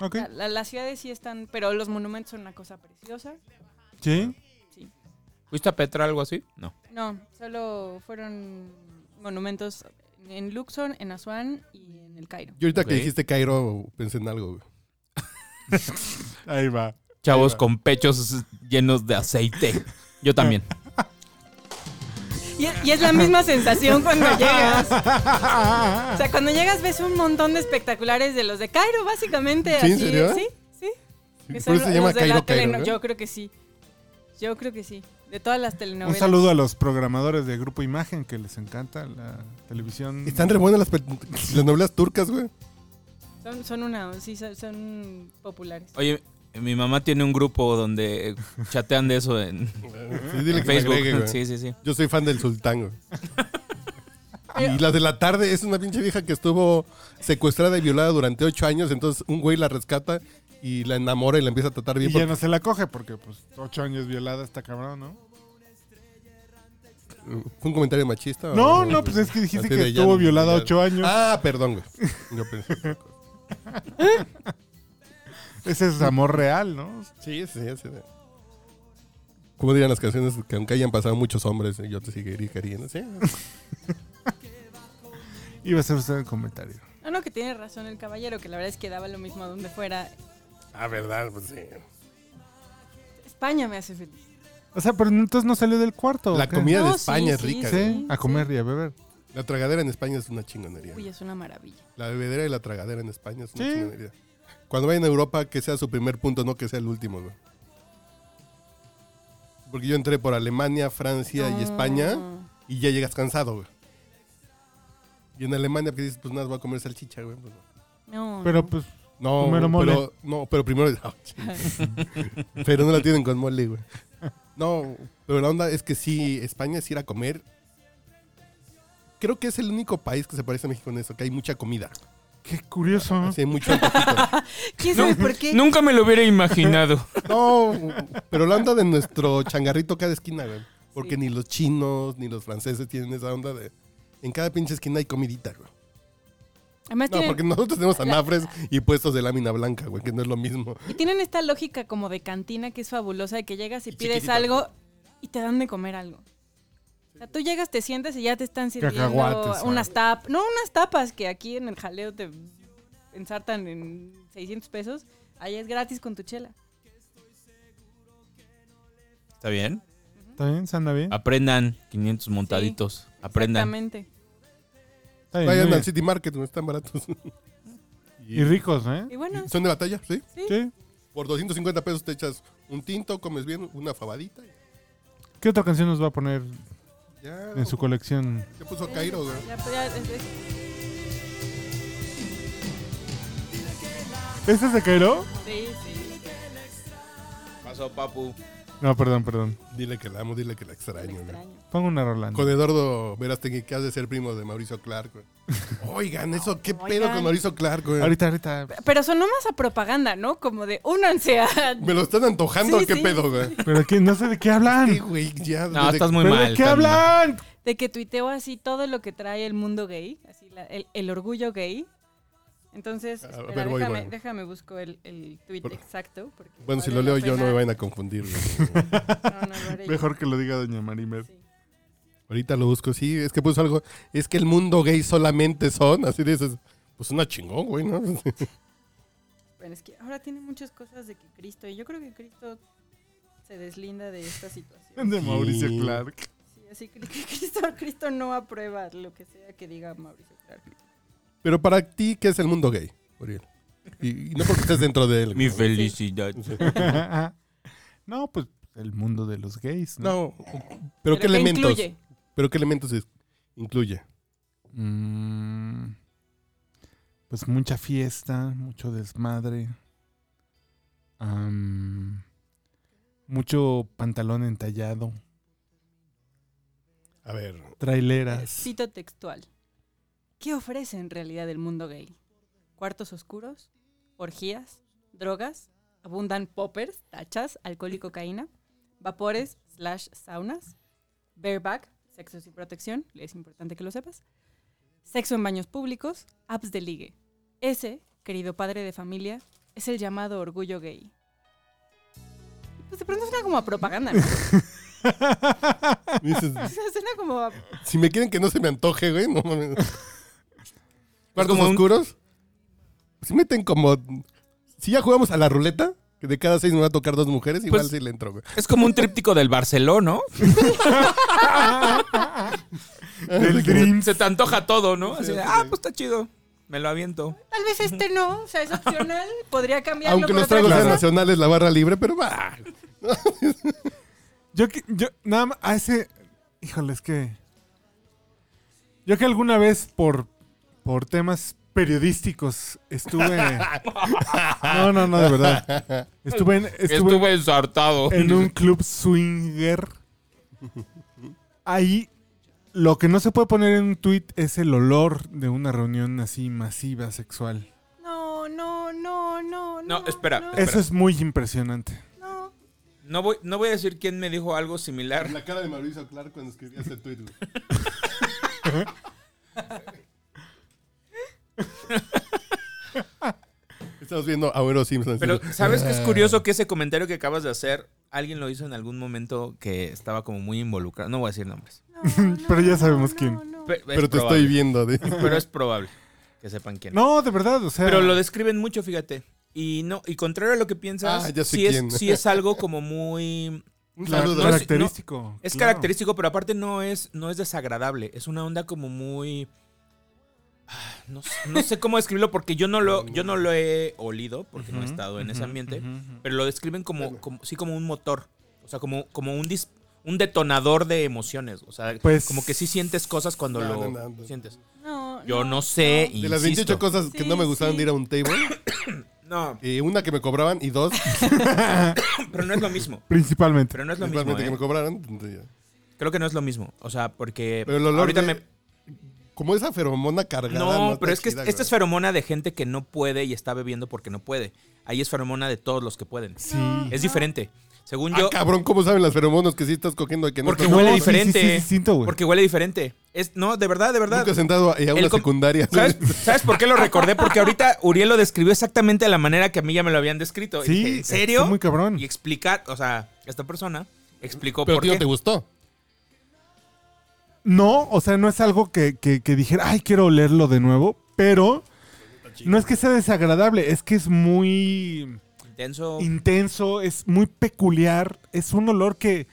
S1: Ok.
S4: La- la- las ciudades sí están, pero los monumentos son una cosa preciosa.
S1: Sí.
S3: ¿Fuiste a Petra algo así? No.
S4: No, solo fueron monumentos en Luxor, en Asuán y en el Cairo.
S2: Yo ahorita
S3: Ok.
S2: que dijiste Cairo pensé en algo, güey.
S1: Ahí va.
S3: Chavos con pechos llenos de aceite. Yo también.
S4: Y, y es la misma sensación cuando llegas. O sea, cuando llegas ves un montón de espectaculares de los de Cairo, básicamente.
S2: ¿Sí, en
S4: así,
S2: serio?
S4: Sí, sí. Que
S2: Por
S4: son
S2: eso se
S4: los
S2: llama
S4: de la
S2: Cairo Cairo. ¿eh?
S4: teleno-
S2: ¿no?
S4: Yo creo que sí. Yo creo que sí. De todas las
S1: Un
S4: telenovelas.
S1: saludo a los programadores de Grupo Imagen que les encanta la televisión.
S2: Están re buenas las, pe- las novelas turcas, güey.
S4: Son, son una, sí, son, son populares.
S3: Oye, mi mamá tiene un grupo donde chatean de eso en,
S2: Sí, dile que me
S3: Facebook.
S2: agregue, güey.
S3: sí, sí, sí.
S2: Yo soy fan del sultán, güey. Y la de la tarde es una pinche vieja que estuvo secuestrada y violada durante ocho años. Entonces un güey la rescata y la enamora y la empieza a tratar bien.
S1: Y ya no se la coge porque, pues, ocho años violada está cabrón, ¿no?
S2: porque- ¿Fue un comentario machista? o-
S1: No, no, pues es que dijiste
S2: Así
S1: que
S2: de ya-
S1: estuvo violada
S2: ya-
S1: ocho años.
S2: Ah, perdón, güey. Yo pensé.
S1: Ese es amor real, ¿no?
S2: Sí, sí, sí. sí. ¿Cómo dirían las canciones que aunque hayan pasado muchos hombres, yo te seguiré queriendo? Sí.
S1: Iba a ser usted el comentario.
S4: No, Ah, no, que tiene razón el caballero, que la verdad es que daba lo mismo a donde fuera.
S2: Ah, verdad, pues sí.
S4: España me hace feliz.
S1: O sea, pero entonces no salió del cuarto. ¿o
S2: La
S1: qué?
S2: comida de
S4: No, sí,
S2: España es
S4: sí,
S2: rica. ¿eh?
S4: sí.
S2: güey.
S1: Sí, a comer y a beber.
S2: La tragadera en España es una chingonería.
S4: Uy, es una maravilla.
S2: La bebedera y la tragadera en España es una
S1: Sí.
S2: chingonería. Cuando vayan a Europa, que sea su primer punto, no que sea el último, güey. Porque yo entré por Alemania, Francia y España
S4: No.
S2: y ya llegas cansado, güey. Y en Alemania, que dices, pues nada, voy a comer salchicha, güey. pues,
S4: No.
S1: Pero
S4: no.
S1: pues,
S2: no, güey,
S1: Primero mole.
S2: pero, no, pero primero. Ah, chinga. pero no la tienen con mole, güey. No, pero la onda es que sí, España es ir a comer. Creo que es el único país que se parece a México en eso, que hay mucha comida.
S1: qué curioso. ¿no?
S2: Sí, hay mucho antojito.
S4: ¿Quién sabe por qué?
S3: Nunca me lo hubiera imaginado.
S2: No, pero la onda de nuestro changarrito cada esquina, güey. Porque
S4: Sí.
S2: ni los chinos ni los franceses tienen esa onda de. En cada pinche esquina hay comidita, güey.
S4: Además
S2: No,
S4: tienen-
S2: porque nosotros tenemos
S4: la-
S2: anafres y puestos de lámina blanca, güey, que no es lo mismo.
S4: Y tienen esta lógica como de cantina que es fabulosa, de que llegas y,
S2: Y
S4: pides
S2: chiquitita.
S4: algo y te dan de comer algo. O sea, tú llegas, te sientas y ya te están sirviendo
S1: Cacahuates,
S4: unas tapas. No, unas tapas que aquí en el jaleo te ensartan en 600 pesos. Allá es gratis con tu chela.
S3: ¿Está bien?
S1: ¿Está bien? ¿Se anda bien?
S2: Ah,
S3: Aprendan 500 montaditos. Aprendan.
S4: Exactamente.
S1: Está bien,
S2: Vayan
S1: muy
S2: al
S1: bien.
S2: City Market, güey, están baratos.
S1: Y ricos, ¿eh?
S4: Y bueno,
S2: Son de batalla, ¿sí?
S1: Sí.
S2: Por 250 pesos te echas un tinto, comes bien, una fabadita. y
S1: ¿Qué otra canción nos va a poner
S2: Ya.
S1: en su colección?
S2: ¿Qué puso Cairo, güey?
S4: ya- pues, ya- es- es-
S1: ¿Esta es de Cairo?
S4: sí, sí.
S3: Pasó, papu.
S1: No, perdón, perdón.
S2: Dile que la amo, dile que la
S4: me
S2: extraño, güey.
S4: extraño.
S1: Pongo una Rolando.
S2: Con Eduardo Verástegui, que has de ser primo de Mauricio Clark, güey. Oigan, eso, ¿qué pedo
S4: Oigan.
S2: con Mauricio Clark, güey?
S1: Ahorita, ahorita.
S4: Pero sonó más a propaganda, ¿no? Como de únanse a...
S2: Me lo están antojando,
S4: Sí,
S2: ¿qué
S4: sí.
S2: pedo, güey?
S1: Pero que no sé de qué hablan.
S2: Sí, güey, ya.
S3: No,
S2: desde-
S3: estás muy
S1: ¿Pero
S3: mal.
S1: de qué
S3: estás muy mal.
S1: hablan?
S4: de que tuiteo así todo lo que trae el mundo gay, así la- el, el orgullo gay. Entonces,
S2: Ah, A
S4: espera,
S2: ver, voy,
S4: déjame,
S2: voy.
S4: déjame busco el, el tuit
S2: Por-
S4: exacto. porque
S2: Bueno, si lo
S4: vale la
S2: leo yo, no
S4: pena.
S2: me vayan a confundir, güey.
S4: No, no, lo haré yo.
S1: Mejor que lo diga Doña Marimer.
S4: Sí.
S2: Ahorita lo busco, sí, es que puso algo. Es que el mundo gay solamente son, así dices. Pues una chingón, güey, ¿no?
S4: Bueno, es que ahora tiene muchas cosas de que Cristo, y yo creo que Cristo se deslinda de esta situación.
S1: De Mauricio
S2: Sí.
S1: Clark.
S4: Sí, Así que Cristo, Cristo no aprueba lo que sea que diga Mauricio Clark.
S2: Pero para ti, ¿qué es el mundo gay, Uriel? Y, y no porque estés dentro de él.
S3: Mi
S2: güey.
S3: felicidad.
S1: no, pues el mundo de los gays, ¿no?
S2: No, pero ¿qué
S4: ¿qué
S2: elementos?
S4: incluye?
S2: ¿Pero qué elementos es- incluye?
S1: Mm, pues mucha fiesta, mucho desmadre. Am, mucho pantalón entallado,
S2: A ver,
S1: traileras.
S4: Cito textual. ¿Qué ofrece en realidad el mundo gay? ¿Cuartos oscuros? ¿Orgías? ¿Drogas? ¿Abundan poppers, tachas, alcohol y cocaína? ¿Vapores, slash, saunas? ¿Bareback, sexo sin protección? Es importante que lo sepas. ¿Sexo en baños públicos? ¿Apps de ligue? Ese, querido padre de familia, es el llamado orgullo gay. Pues de pronto suena como a propaganda, ¿no? O
S2: dices,
S4: sea, suena como a
S2: si me quieren que no se me antoje, güey, no mames. ¿Cuartos
S3: como un-
S2: oscuros? Si meten como... Si ya jugamos a la ruleta, que de cada seis me va a tocar dos mujeres, igual
S3: Pues-
S2: sí le entro, güey.
S3: Es como un tríptico del Barcelona, ¿no?
S1: Del Dream.
S3: Se te antoja todo, ¿no? Así de, ah, pues está chido. Me lo aviento.
S4: Tal vez este no, o sea, es opcional, podría cambiarlo
S2: Aunque
S4: por
S2: los
S4: otra
S2: tragos sean
S4: cosa.
S2: nacionales, la barra libre, pero va.
S1: Yo, que- yo nada más, a ese... Híjole, es que... Yo que alguna vez por, por temas periodísticos estuve... no, no, no, de verdad. Estuve en- estuve,
S3: Estuve ensartado.
S1: en un club swinger. Ahí lo que no se puede poner en un tweet es el olor de una reunión así masiva sexual.
S4: No, no, no, no, no.
S3: No, espera,
S4: No,
S3: espera.
S1: Eso es muy impresionante.
S4: no.
S3: No voy, no voy a decir quién me dijo algo similar.
S2: La cara de Mauricio Clark cuando escribía ese tweet, güey. Estamos viendo a Homero Simpson.
S3: Pero,
S2: así.
S3: ¿sabes qué es curioso? Que ese comentario que acabas de hacer, alguien lo hizo en algún momento que estaba como muy involucrado. No voy a decir nombres.
S4: no, no,
S1: Pero ya sabemos
S4: no,
S1: quién.
S4: no.
S3: Pe- es
S2: Pero te
S3: probable.
S2: estoy viendo. de-
S3: Pero es probable que sepan quién.
S1: No, de verdad, o sea.
S3: Pero lo describen mucho, fíjate. Y no, y contrario a lo que piensas,
S2: Ah, ya sé
S3: sí,
S2: quién.
S3: es, sí es algo como muy.
S2: Un
S1: cla-
S2: saludo.
S3: no,
S1: característico.
S3: Es
S1: claro.
S3: característico, pero aparte no es, no es desagradable. Es una onda como muy. Ah, No, sé- no sé cómo describirlo porque yo no lo, yo no lo he olido, porque no he
S1: Ujú,
S3: estado en ese
S1: ujú,
S3: ambiente.
S1: ujú, ujú.
S3: Pero lo describen como, como- sí como un motor. O sea, como, como un dis- un detonador de emociones. O sea,
S1: Pues-
S3: como que sí sientes cosas cuando
S2: No, no,
S3: lo
S2: no, no.
S3: sientes.
S4: No,
S3: Yo
S2: Eh,
S3: no sé.
S2: De las 28 cosas que
S4: Sí,
S2: no me gustaron
S4: sí.
S2: de ir a un table,
S3: No,
S2: eh, una que me cobraban y dos,
S3: pero no es lo mismo.
S1: Principalmente.
S3: Pero no es lo mismo.
S2: igualmente que
S3: ¿eh?
S2: me cobraran. entonces ya.
S3: Creo que no es lo mismo. O sea, porque
S2: Pero el olor
S3: ahorita
S2: de-
S3: me.
S2: Como esa feromona cargada.
S3: No,
S2: está
S3: pero es que
S2: chida,
S3: esta es
S2: güey.
S3: feromona de gente que no puede y está bebiendo porque no puede. Ahí es feromona de todos los que pueden.
S1: Sí.
S3: Es diferente. Según
S2: Ah,
S3: yo,
S2: cabrón, ¿cómo saben las feromonas que sí estás cogiendo y que no?
S3: porque
S2: estás-
S3: huele
S1: No, sí, sí,
S3: diferente.
S1: sí, es distinto, güey.
S3: porque huele diferente. Es, no, de verdad, de verdad.
S2: Nunca he sentado a a una
S3: El com-
S2: secundaria.
S3: ¿Sabes, ¿Sabes por qué lo recordé? Porque ahorita Uriel lo describió exactamente de la manera que a mí ya me lo habían descrito. Y
S1: Sí,
S3: dije, ¿En serio?
S1: está muy cabrón.
S3: Y explicar, o sea, esta persona explicó
S2: Pero a
S3: por
S2: ti no
S3: qué.
S2: te gustó.
S1: No, o sea, no es algo que, que, que dijera, ay, quiero olerlo de nuevo. Pero no es que sea desagradable, es que es muy.
S3: Intenso.
S1: intenso, es muy peculiar, es un olor que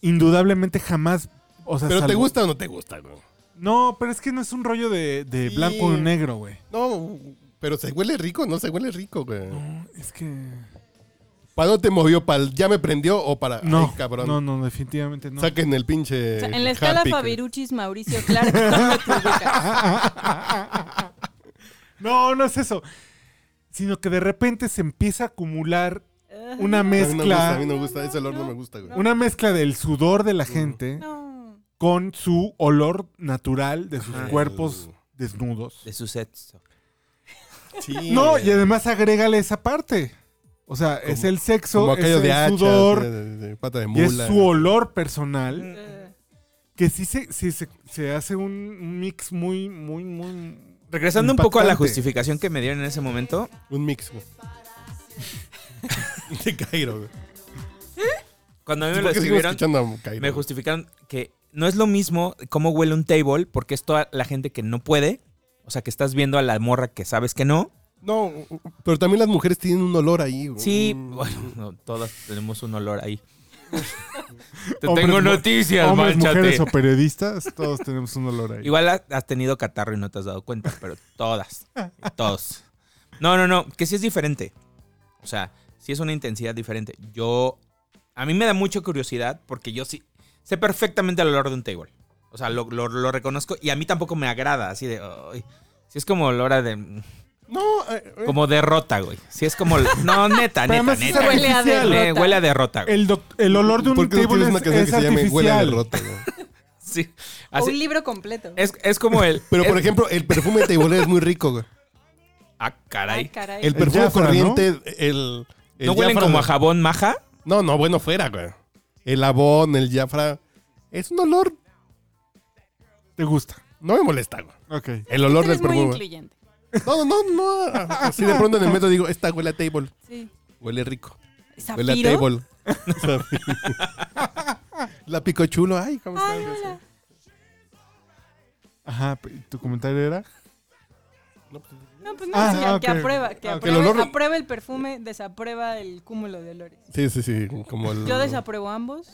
S1: indudablemente jamás, o sea,
S2: ¿Pero te
S1: salvo-
S2: gusta o no te gusta, güey?
S1: No, pero es que no es un rollo de, de
S2: Sí.
S1: blanco o negro, güey.
S2: No, pero se huele rico, no se huele rico, güey.
S1: No, es que
S2: ¿Para dónde te movió? ¿Para el ya me prendió o para.?
S1: no,
S2: Ay, cabrón.
S1: no, no, definitivamente no.
S2: Saquen el pinche.
S4: O sea, en la escala
S2: Harpic, güey.
S4: Fabiruchis Mauricio Clark, ¿dónde te ubicas?
S1: No, no es eso, sino que de repente se empieza a acumular
S4: Ah,
S1: una
S2: A mí no me gusta,
S1: mezcla,
S2: A mí no me gusta, ese olor no me gusta, güey.
S1: una mezcla del sudor de la gente
S4: No.
S1: con su olor natural de sus
S3: Ajá.
S1: cuerpos desnudos.
S3: De su sexo.
S2: Sí.
S1: No, y además agrégale esa parte. O sea, es el sexo,
S2: Como
S1: es
S2: aquello
S1: el
S2: de hacha,
S1: sudor
S2: de- de- de pata de
S1: y
S2: mula.
S1: es su olor personal.
S4: Eh,
S1: Que sí se, sí se, se hace un un mix muy, muy, muy...
S3: Regresando un poco a la
S1: impactante.
S3: justificación que me dieron en ese momento,
S2: Un mix, güey. De Cairo, güey.
S3: cuando a mí me lo
S2: ¿Por qué sigo
S3: escribieron,
S2: escuchando a Cairo?
S3: me justificaron que no es lo mismo cómo huele un table, porque es toda la gente que no puede. O sea, que estás viendo a la morra que sabes que no.
S2: No, pero también las mujeres tienen un olor ahí, güey.
S3: Sí,
S2: Mm.
S3: bueno, no, todas tenemos un olor ahí. Te
S1: Hombres,
S3: tengo
S1: mu-
S3: noticias,
S1: Hombres,
S3: mánchate.
S1: mujeres o periodistas, todos tenemos un olor ahí.
S3: Igual ha- has tenido catarro y no te has dado cuenta, pero todas, todos. No, no, no, que sí es diferente. O sea, sí es una intensidad diferente. Yo, a mí me da mucha curiosidad porque yo sí sé perfectamente el olor de un table. O sea, lo, lo- lo reconozco y a mí tampoco me agrada, así de... "Ay". Sí es como olor a de...
S2: No, eh, eh,
S3: Como derrota, güey. Sí es como... No, neta,
S1: Pero
S3: neta,
S1: además es
S3: neta.
S4: Huele a
S1: artificial.
S4: derrota.
S3: Eh, huele a derrota, güey.
S1: El, doc- el olor de un
S2: ¿Por qué no
S1: table
S2: tienes una
S1: es,
S2: canción que
S1: es
S2: se llame Huele a
S1: artificial.
S2: derrota? güey?
S3: Sí.
S4: O un
S3: Así,
S4: libro completo.
S3: es, es como el...
S2: Pero por
S3: es-
S2: ejemplo, el perfume de Teibolera es muy rico, güey.
S3: Ah,
S4: Ay,
S3: caray.
S4: caray.
S2: El perfume
S1: Jafra,
S2: corriente, el, el
S3: ¿No huelen
S2: Jafra-
S3: como a jabón maja?
S2: No, no, bueno, fuera, güey. El abón, el Jafra. Es un olor.
S1: Te gusta.
S2: No me molesta, güey.
S1: Ok.
S2: El olor
S4: Este
S2: del
S4: es muy
S2: perfume. güey.
S4: incluyente.
S2: No, no, no, no. Así de pronto en el metro digo, esta huele a table.
S4: Sí.
S2: Huele rico. Huele a
S4: Zafiro.
S2: table. La pico chulo. Ay, ¿cómo estás?
S4: Ay, hola.
S1: Ajá, ¿tu comentario era?
S4: No, pues no,
S1: Ah,
S4: que- que,
S1: ah, ok.
S4: aprueba, que
S1: Ah, ok.
S4: aprueba,
S2: El olor-
S4: aprueba el perfume, desaprueba el cúmulo de olores.
S2: Sí, sí, sí. Como el.
S4: Yo desapruebo ambos.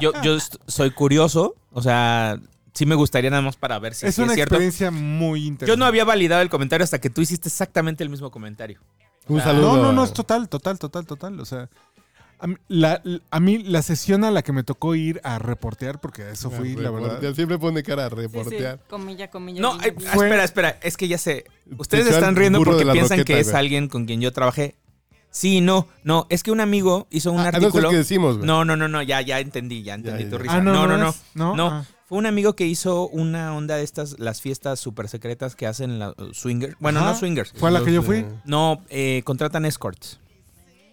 S3: yo, yo est- soy curioso, o sea, sí me gustaría nada más para ver si
S1: es
S3: sí
S1: una
S3: es cierto.
S1: experiencia muy interesante.
S3: Yo no había validado el comentario hasta que tú hiciste exactamente el mismo comentario.
S2: Un saludo.
S1: No, no, no, es total, total, total, total. O sea, a mí la, a mí la sesión a la que me tocó ir a reportear, porque a eso
S2: A
S1: fui, la verdad.
S2: reportear. Siempre pone cara a
S4: Sí, sí,
S2: reportear.
S4: comilla, comilla.
S3: No,
S4: guiño,
S3: ay,
S4: guiño.
S1: Fue-
S3: espera, espera, es que ya sé. Ustedes
S2: Escuchó al
S3: están riendo
S2: burro
S3: porque
S2: de la
S3: piensan que
S2: roqueta,
S3: es
S2: güey.
S3: alguien con quien yo trabajé. Sí, no, no, es que un amigo hizo un
S2: Ah, no es el
S3: artículo.
S2: que decimos, güey.
S3: No, no, no, no, ya, ya entendí, ya entendí
S2: ya,
S3: tu
S2: ya.
S3: risa.
S1: Ah,
S3: no, no, no.
S1: es? No. Ah.
S3: Fue un amigo que hizo una onda de estas, las fiestas super secretas que hacen las swingers. Bueno,
S1: Ajá.
S3: no swingers.
S1: Fue a la que yo fui.
S3: No, eh, contratan escorts.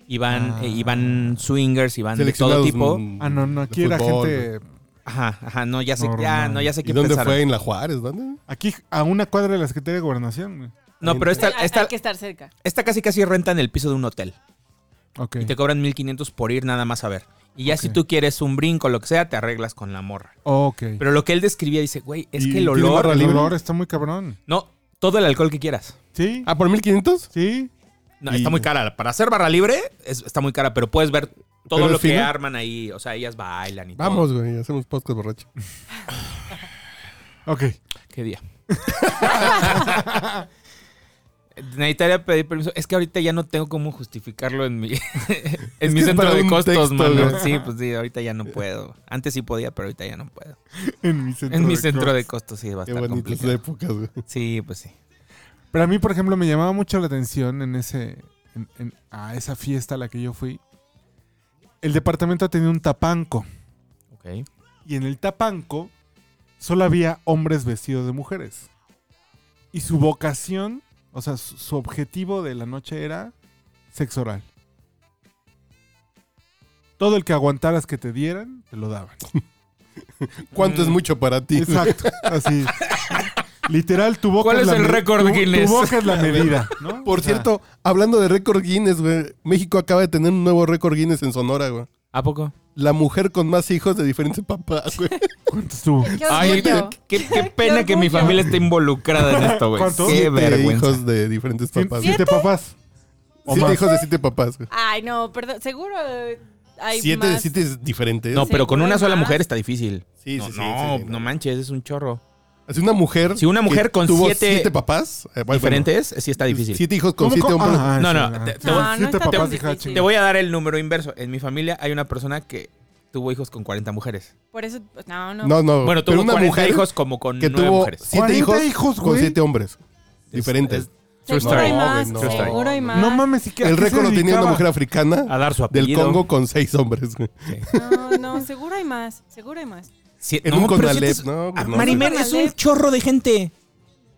S3: Y van,
S1: Ah.
S3: eh, y van swingers, y van de todo
S2: Seleccionados,
S3: tipo.
S2: mm,
S1: Ah, no, no, aquí
S2: de
S1: era
S2: fútbol, güey.
S1: gente.
S3: Ajá, ajá, no, ya sé, ya,
S1: Normal.
S3: no, ya sé
S2: ¿Y
S3: qué
S2: dónde
S3: pensar.
S2: fue? ¿En la Juárez? ¿Dónde?
S1: Aquí, a una cuadra de la Secretaría de Gobernación. güey.
S3: No, pero esta,
S4: Hay- hay,
S3: esta,
S4: que estar cerca.
S3: esta casi casi rentan el piso de un hotel.
S1: Ok.
S3: Y te cobran 1500 por ir nada más a ver. Y ya si
S1: Ok.
S3: tú quieres un brinco o lo que sea, te arreglas con la morra.
S1: Ok.
S3: Pero lo que él describía dice, güey, es
S1: Y
S3: que el
S1: tiene
S3: olor...
S1: barra
S3: el
S1: libre. El
S3: olor-
S1: olor está muy cabrón.
S3: No, todo el alcohol que quieras.
S1: Sí.
S2: Ah, ¿por 1500?
S1: Sí.
S3: No,
S1: Y-
S3: está muy cara. Para hacer barra libre, es- está muy cara, pero puedes ver todo
S2: Pero
S3: lo
S2: es
S3: que
S2: fino.
S3: arman ahí. O sea, ellas bailan y todo.
S2: Vamos, güey. Hacemos podcast borracho.
S1: Ok.
S3: ¿Qué día? Necesitaría pedir permiso. Es que ahorita ya no tengo cómo justificarlo en mi, en mi
S2: que
S3: centro
S2: para
S3: de
S2: un
S3: costos,
S2: texto,
S3: mano.
S2: güey.
S3: Sí, pues sí, ahorita ya no puedo. Antes sí podía, pero ahorita ya no puedo.
S1: En mi centro,
S3: En mi
S1: de
S3: centro
S1: cosas.
S3: de costos sí va a
S2: Qué
S3: estar
S2: bonitas
S3: complicado.
S2: épocas, güey.
S3: Sí, pues sí.
S1: Pero a mí, por ejemplo, me llamaba mucho la atención en ese. en- en- a esa fiesta a la que yo fui. El departamento tenía un tapanco.
S3: Ok.
S1: Y en el tapanco solo había hombres vestidos de mujeres. Y su vocación, o sea, su, su objetivo de la noche era sexo oral. Todo el que aguantaras que te dieran, te lo daban.
S2: ¿Cuánto
S3: Mm.
S2: es mucho para ti?
S1: Exacto, así. Literal, tu boca
S3: ¿Cuál es
S1: la
S3: el
S1: me-
S3: récord
S1: tu-
S3: Guinness?
S1: Tu boca es la medida, ¿no?
S2: Por
S1: O sea,
S2: cierto, hablando de récord Guinness, güey. México acaba de tener un nuevo récord Guinness en Sonora, güey.
S3: ¿A poco?
S2: La mujer con más hijos de diferentes papás, güey.
S1: ¿cuánto estuvo?
S4: Qué
S3: Ay,
S4: orgullo.
S3: qué, qué pena que mi
S4: orgullo.
S3: familia esté involucrada en esto, güey.
S1: ¿Cuánto?
S3: Qué
S2: Siete
S3: vergüenza.
S2: hijos de diferentes papás. güey.
S1: Siete papás. O
S2: Siete
S1: más.
S2: hijos de siete papás, güey.
S4: Ay, no, perdón. Seguro eh, hay
S2: Siete de
S4: más.
S2: siete es diferente.
S3: No, pero con
S4: Seguro
S3: una
S4: hay
S3: sola
S4: más.
S3: mujer está difícil.
S2: Sí,
S3: no,
S2: sí, sí,
S3: no,
S2: sí, no.
S3: no manches, es un chorro.
S2: Así una mujer.
S3: Si una mujer
S2: que
S3: con
S2: tuvo
S3: siete
S2: papás. eh, bueno,
S3: ¿Diferentes? Sí está
S2: bueno,
S3: difícil.
S2: Siete hijos con
S1: ¿Cómo,
S2: siete
S1: cómo?
S2: hombres.
S1: Ah,
S3: No,
S1: sí,
S3: no,
S1: ah.
S3: te- te
S4: voy-
S1: siete
S4: no está
S1: papás,
S4: tan
S1: hija,
S4: difícil.
S1: chinga.
S3: Te voy a dar el número inverso. En mi familia hay una persona que tuvo hijos con 40 mujeres.
S4: Por eso, pues, no, no.
S2: No, no.
S3: bueno,
S2: Oh, pero
S3: tuvo 40 hijos como con
S2: que
S3: 9
S2: tuvo
S3: mujeres.
S2: siete
S1: 40
S2: hijos,
S1: hijos,
S2: con
S1: güey.
S2: siete hombres. diferentes.
S3: es- True
S4: seguro
S3: story.
S4: hay más.
S2: No, güey, no.
S4: Seguro hay más.
S1: No mames, ¿y qué- a
S2: el
S1: qué se
S2: récord lo tenía
S1: dedicaba?
S2: una mujer africana
S3: A dar su
S2: del
S3: apellido.
S2: Congo con seis hombres. güey.
S4: No, no, seguro hay más. Seguro hay más.
S3: Sí,
S2: En un
S3: pero
S2: Conalep,
S3: siete es-
S2: no, Pues
S3: Ah,
S2: no,
S3: Marimer,
S4: no.
S3: es un chorro de gente.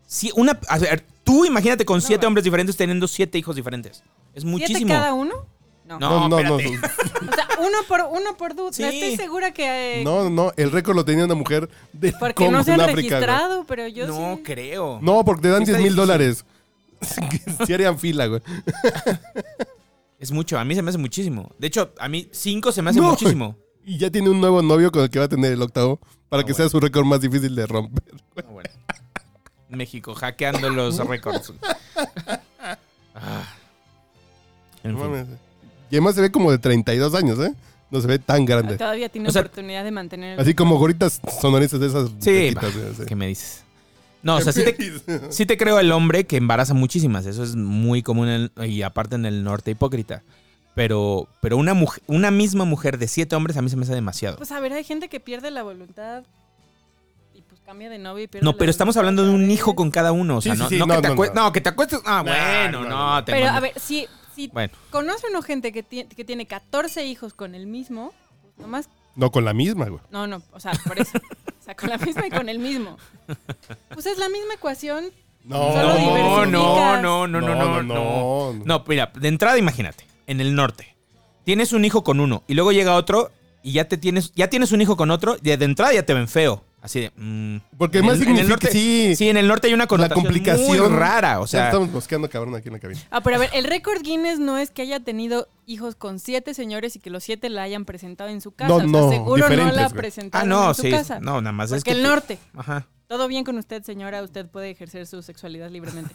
S3: Sí, una, a ver, tú imagínate con siete
S4: bueno.
S3: hombres diferentes teniendo siete hijos diferentes. Es muchísimo.
S4: ¿Siete cada uno? No.
S3: No,
S2: no,
S3: espérate.
S4: O sea, uno por uno por duda.
S3: Sí.
S4: Estoy segura que. eh,
S2: no, no, el récord lo tenía una mujer del
S4: Porque
S2: Congo
S4: no se han
S2: con África. güey.
S4: registrado, pero yo
S3: no
S4: sí.
S3: creo.
S2: No, porque te dan
S3: Sí
S2: 10
S3: está
S2: mil
S3: difícil.
S2: dólares. Si harían fila, güey.
S3: Es mucho. A mí se me hace muchísimo. De hecho, a mí cinco se me hace
S2: No.
S3: muchísimo.
S2: Y ya tiene un nuevo novio con el que va a tener el octavo para que sea su récord más difícil de romper.
S3: Ah, bueno. México hackeando los récords. Ah. En
S2: No
S3: fin.
S2: mames. Y además se ve como de 32 años, ¿eh? no se ve tan grande.
S4: Todavía tiene
S3: O sea,
S4: oportunidad de mantener.
S2: Así como goritas sonoristas de esas.
S3: Sí,
S2: pequitas,
S3: bah,
S2: ¿eh? Sí.
S3: ¿qué me dices? No, o sea, sí te, sí te creo el hombre que embaraza muchísimas. Eso es muy común en- y aparte en el norte hipócrita. Pero, pero una, mujer, una misma mujer de siete hombres a mí se me hace demasiado.
S4: Pues a ver, hay gente que pierde la voluntad y pues cambia de novio y pierde.
S3: No,
S4: la
S3: pero estamos
S4: voluntad
S3: hablando de
S4: otra
S3: un
S4: vez.
S3: hijo con cada uno. O sea,
S2: Sí, sí,
S3: no,
S2: sí,
S3: no
S2: no,
S3: que te
S2: no,
S3: acue-
S2: no.
S3: no, que te acuestes. Ah,
S2: No,
S3: bueno,
S2: no,
S3: no.
S2: no.
S3: te
S4: Pero
S3: mando-
S4: a ver, si, si
S3: Bueno,
S4: conocen a gente que, tie- que tiene 14 hijos con el mismo, pues nomás.
S2: No con la misma, güey.
S4: No, no, o sea, por eso. O sea, con la misma y con el mismo. Pues es la misma ecuación.
S2: No,
S4: Solo
S3: no,
S4: diversificas.
S3: no, no, no, no, no, no.
S2: no, no.
S3: No, mira, de entrada imagínate, en el norte. Tienes un hijo con uno y luego llega otro y ya te tienes, ya tienes un hijo con otro y de entrada ya te ven feo. Así de. mm.
S2: Porque
S3: En
S2: más
S3: el- en el
S2: significa
S3: norte-
S2: sí,
S3: Sí, en el norte hay una
S2: la
S3: connotación
S2: complicación
S3: muy rara. O
S2: ya
S3: sea,
S2: estamos mosqueando cabrón aquí en la cabina.
S4: Ah, pero a ver, el récord Guinness no es que haya tenido hijos con siete señores y que los siete la hayan presentado en su casa.
S2: No,
S4: o sea,
S2: no,
S4: seguro no la
S2: diferentes, güey.
S3: ah,
S4: presentaron
S3: no,
S4: en su
S3: sí.
S4: casa.
S3: No, nada más
S4: Porque
S3: es que.
S4: el
S3: tú-
S4: norte.
S3: Ajá.
S4: Todo bien con usted, señora. Usted puede ejercer su sexualidad libremente.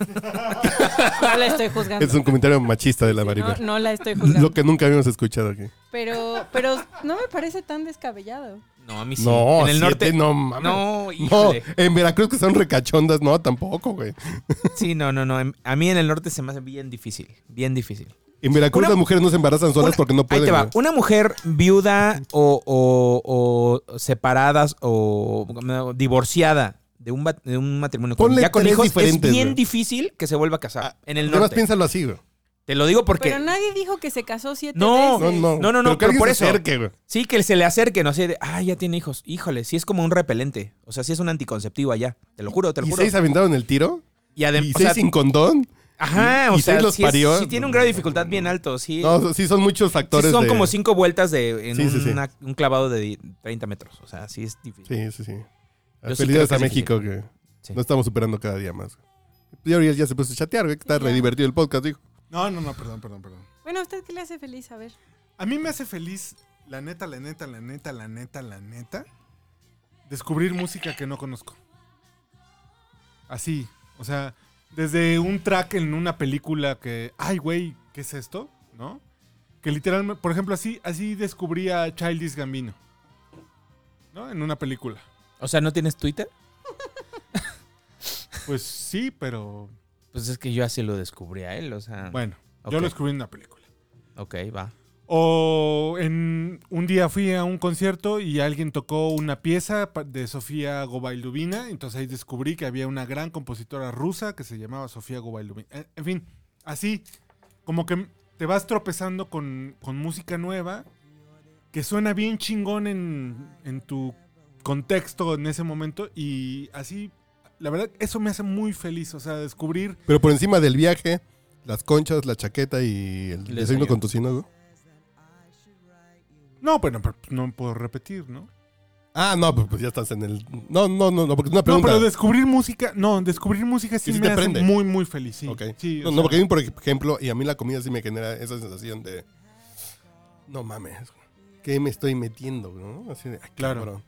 S4: No la estoy juzgando.
S2: Es un comentario machista de la
S4: No,
S2: Maribel.
S4: no la estoy juzgando.
S2: Lo que nunca habíamos escuchado aquí.
S4: Pero, pero no me parece tan descabellado.
S3: No, a mí sí.
S2: No,
S3: en el norte.
S2: siete, no mames.
S3: no,
S2: No,
S3: híjole.
S2: en Veracruz que son recachondas, no, tampoco, güey.
S3: Sí, no, no, no. en- A mí en el norte se me hace bien difícil. Bien difícil.
S2: En Veracruz
S3: Una-
S2: las mujeres no se embarazan solas
S3: Una-
S2: porque no pueden.
S3: Ahí te va.
S2: güey.
S3: Una mujer viuda o, o- o separadas o no, divorciada de un, va- de un matrimonio con,
S2: Ponle
S3: ya con
S2: tres
S3: hijos es
S2: diferentes,
S3: bien
S2: güey. Ah,
S3: difícil que se vuelva a casar en el
S2: Además,
S3: norte.
S2: piénsalo así, güey.
S3: Te lo digo porque
S4: Pero nadie dijo que se casó siete
S3: No,
S4: veces.
S2: No,
S3: No,
S2: Pero
S3: no, no,
S2: que
S3: pero
S2: alguien
S3: por
S2: se
S3: eso.
S2: acerque, güey.
S3: sí que se le acerque, no sé, de, ah, ya tiene hijos. Híjole, sí es como un repelente. O sea, sí es un anticonceptivo allá. Te lo juro, te lo
S2: ¿Y
S3: juro.
S2: seis aventaron el tiro?
S3: y adem-
S2: ¿Y
S3: o
S2: seis
S3: sea,
S2: sin condón?
S3: ajá, o
S2: y
S3: sea,
S2: seis los
S3: sí, es-
S2: parió?
S3: sí tiene un grado de dificultad bien alto, sí.
S2: No, sí son muchos factores
S3: Sí son
S2: de-
S3: como cinco vueltas de en
S2: Sí, sí, sí.
S3: una- un clavado de di- 30 metros. O sea, sí es
S2: Sí,
S3: difícil.
S2: sí, sí.
S3: Yo sí creo
S2: Felicidades
S3: que
S2: a
S3: es
S2: México que
S3: Sí.
S2: no estamos superando cada día más. Y ahora ya se puso a chatear, güey, que está re divertido el podcast, dijo.
S1: No, no, no, perdón, perdón, perdón.
S4: Bueno, ¿a usted qué le hace feliz? A ver.
S1: A mí me hace feliz, la neta, la neta, la neta, la neta, la neta, descubrir música que no conozco. Así, o sea, desde un track en una película que, ay, güey, ¿qué es esto? ¿No? Que literalmente, por ejemplo, así, así descubrí a Childish Gambino. ¿No? En una película.
S3: O sea, ¿no tienes Twitter?
S1: Pues sí, pero
S3: Pues es que yo así lo descubrí a él, o sea.
S1: bueno,
S3: Ok.
S1: yo lo descubrí en una película.
S3: Ok, va.
S1: O en un día fui a un concierto y alguien tocó una pieza pa- de Sofía Gobailubina, entonces ahí descubrí que había una gran compositora rusa que se llamaba Sofía Gobailubina. En, en fin, así como que te vas tropezando con, con música nueva que suena bien chingón en, en tu contexto en ese momento y así, la verdad, eso me hace muy feliz, o sea, descubrir
S2: Pero por encima del viaje, las conchas, la chaqueta y el
S3: El
S2: desayuno
S3: desayuno.
S2: con tocino, güey.
S1: No, bueno, pero no puedo repetir, ¿no?
S2: Ah, no, pues pues ya estás en el... No, no, no, no porque es una pregunta.
S1: No, pero descubrir música, no, descubrir música sí,
S2: sí
S1: me
S2: te
S1: hace
S2: prende.
S1: muy, muy feliz. Sí,
S2: Ok.
S1: sí, o
S2: no, no,
S1: sea,
S2: porque a mí, por ejemplo, y a mí la comida sí me genera esa sensación de... No mames, ¿qué me estoy metiendo, no? Así de... ay,
S1: Claro.
S2: cabrón.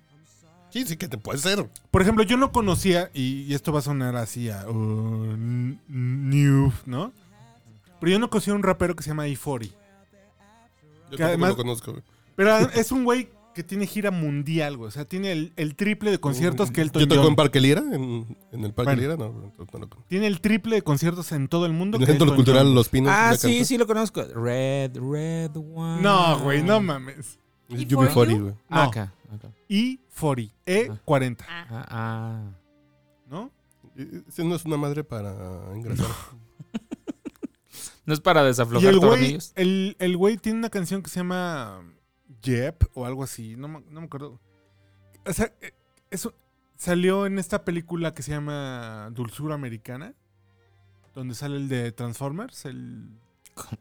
S2: Sí, sí que te puede ser.
S1: Por ejemplo, yo no conocía, y, y esto va a sonar así a uh, n- new, ¿no? Pero yo no conocía un rapero que se llama
S2: Yo
S1: E40. Que
S2: tampoco
S1: además-
S2: lo conozco. güey.
S1: Pero es un güey que tiene gira mundial, güey. O sea, tiene el, el triple de conciertos que Elton
S2: Mm, Yo tocó en
S1: John.
S2: Parque Lira, en, en el Parque
S1: Bueno.
S2: Lira, no, no, no lo conozco.
S1: Tiene el triple de conciertos en todo el mundo.
S2: En el
S1: que
S2: Centro
S1: Elton
S2: Cultural
S1: John.
S2: Los Pinos.
S3: Ah,
S2: la
S3: sí,
S2: canta.
S3: sí lo conozco. Red, red one.
S1: No, güey, no mames.
S4: ¿Y
S2: El Yubi
S4: for you?
S2: 40, güey.
S3: Ah,
S1: No.
S3: acá, acá.
S1: E40, E40,
S3: Ah, ah.
S1: ¿no?
S2: Ese no es una madre para engrasar.
S3: No es para
S1: Y
S3: desaflojar
S1: el güey,
S3: tornillos.
S1: el, el güey tiene una canción que se llama Yep o algo así, no, me- no me acuerdo. O sea, eh, eso salió en esta película que se llama Dulzura Americana, donde sale el de Transformers, el,
S3: ¿Cómo?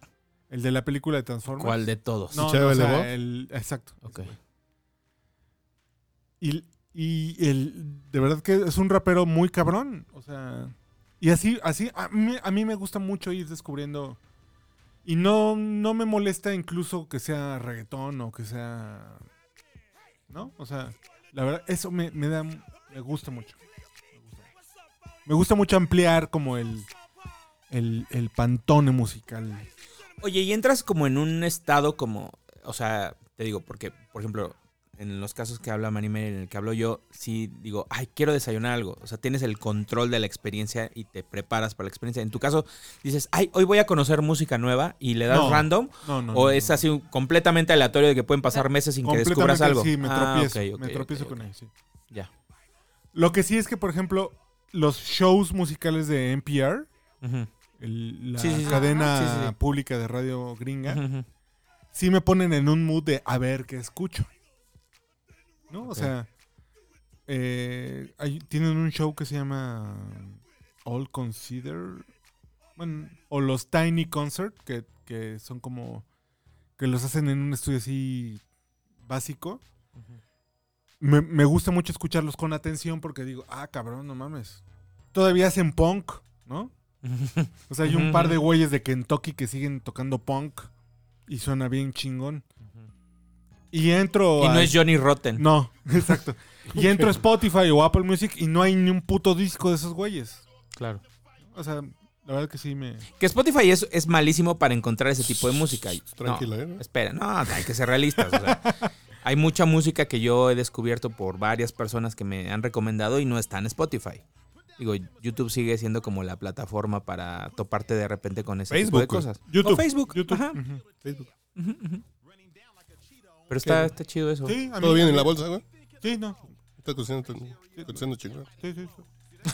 S1: el de la película de Transformers.
S3: ¿Cuál de todos?
S1: No,
S2: ¿Shia
S1: no, o sea,
S2: LaBeouf?
S1: el- exacto.
S3: Ok.
S1: Y, y el, de verdad que es un rapero muy cabrón. O sea. Y así, así, a mí, a mí me gusta mucho ir descubriendo. Y no, no me molesta incluso que sea reggaetón o que sea. ¿No? O sea, la verdad, eso me, me da. Me gusta mucho. Me gusta, Me gusta mucho ampliar como el. El, el pantone musical.
S3: Oye, y entras como en un estado como. O sea, Te digo, porque, por ejemplo, en los casos que habla Marimel, en el que hablo yo, sí digo, ay, quiero desayunar algo. O sea, tienes el control de la experiencia y te preparas para la experiencia. En tu caso, dices, ay, hoy voy a conocer música nueva y le das
S1: No.
S3: random.
S1: No, no.
S3: o
S1: no,
S3: es
S1: no.
S3: así completamente aleatorio de que pueden pasar meses sin que descubras
S1: Eh, Completamente,
S3: algo.
S1: Sí, me
S3: Ah,
S1: tropiezo.
S3: ok, ok,
S1: me
S3: ok,
S1: tropiezo
S3: ok.
S1: con él, sí.
S3: Ya.
S1: Lo que sí es que, por ejemplo, los shows musicales de NPR,
S3: Ujú,
S1: el- la
S3: Sí, sí, sí.
S1: cadena
S3: Ah, sí, sí, sí.
S1: pública de radio gringa,
S3: ujú, ujú.
S1: sí me ponen en un mood de a ver qué escucho. ¿No? O sea, eh, hay- tienen un show que se llama All Consider. Bueno, o los Tiny Concert, que, que son como. que los hacen en un estudio así básico. Me, me gusta mucho escucharlos con atención porque digo, ah, cabrón, no mames. Todavía hacen punk, ¿no? O sea, hay un
S3: Ujú,
S1: par de
S3: ujú.
S1: güeyes de Kentucky que siguen tocando punk y suena bien chingón. Y entro.
S3: Y no
S1: a-
S3: es Johnny Rotten.
S1: No, exacto. Y entro a Spotify o Apple Music y no hay ni un puto disco de esos güeyes.
S3: Claro.
S1: O sea, la verdad que sí me.
S3: Que Spotify es, es malísimo para encontrar ese tipo de música.
S2: Tranquilo,
S3: No,
S2: ¿eh?
S3: Espera, no, hay que ser realistas. o sea, hay mucha música que yo he descubierto por varias personas que me han recomendado y no está en Spotify. Digo, YouTube sigue siendo como la plataforma para toparte de repente con ese tipo
S2: Facebook, güey.
S3: de cosas.
S1: YouTube.
S3: O Facebook.
S1: YouTube.
S3: ajá.
S1: Ujú.
S2: Facebook.
S3: Pero está, está chido eso.
S1: Sí, a mí-
S2: ¿Todo bien en la bolsa, güey?
S1: Sí, no.
S2: Está cotizando, está cotizando chingón.
S1: Sí, sí, sí.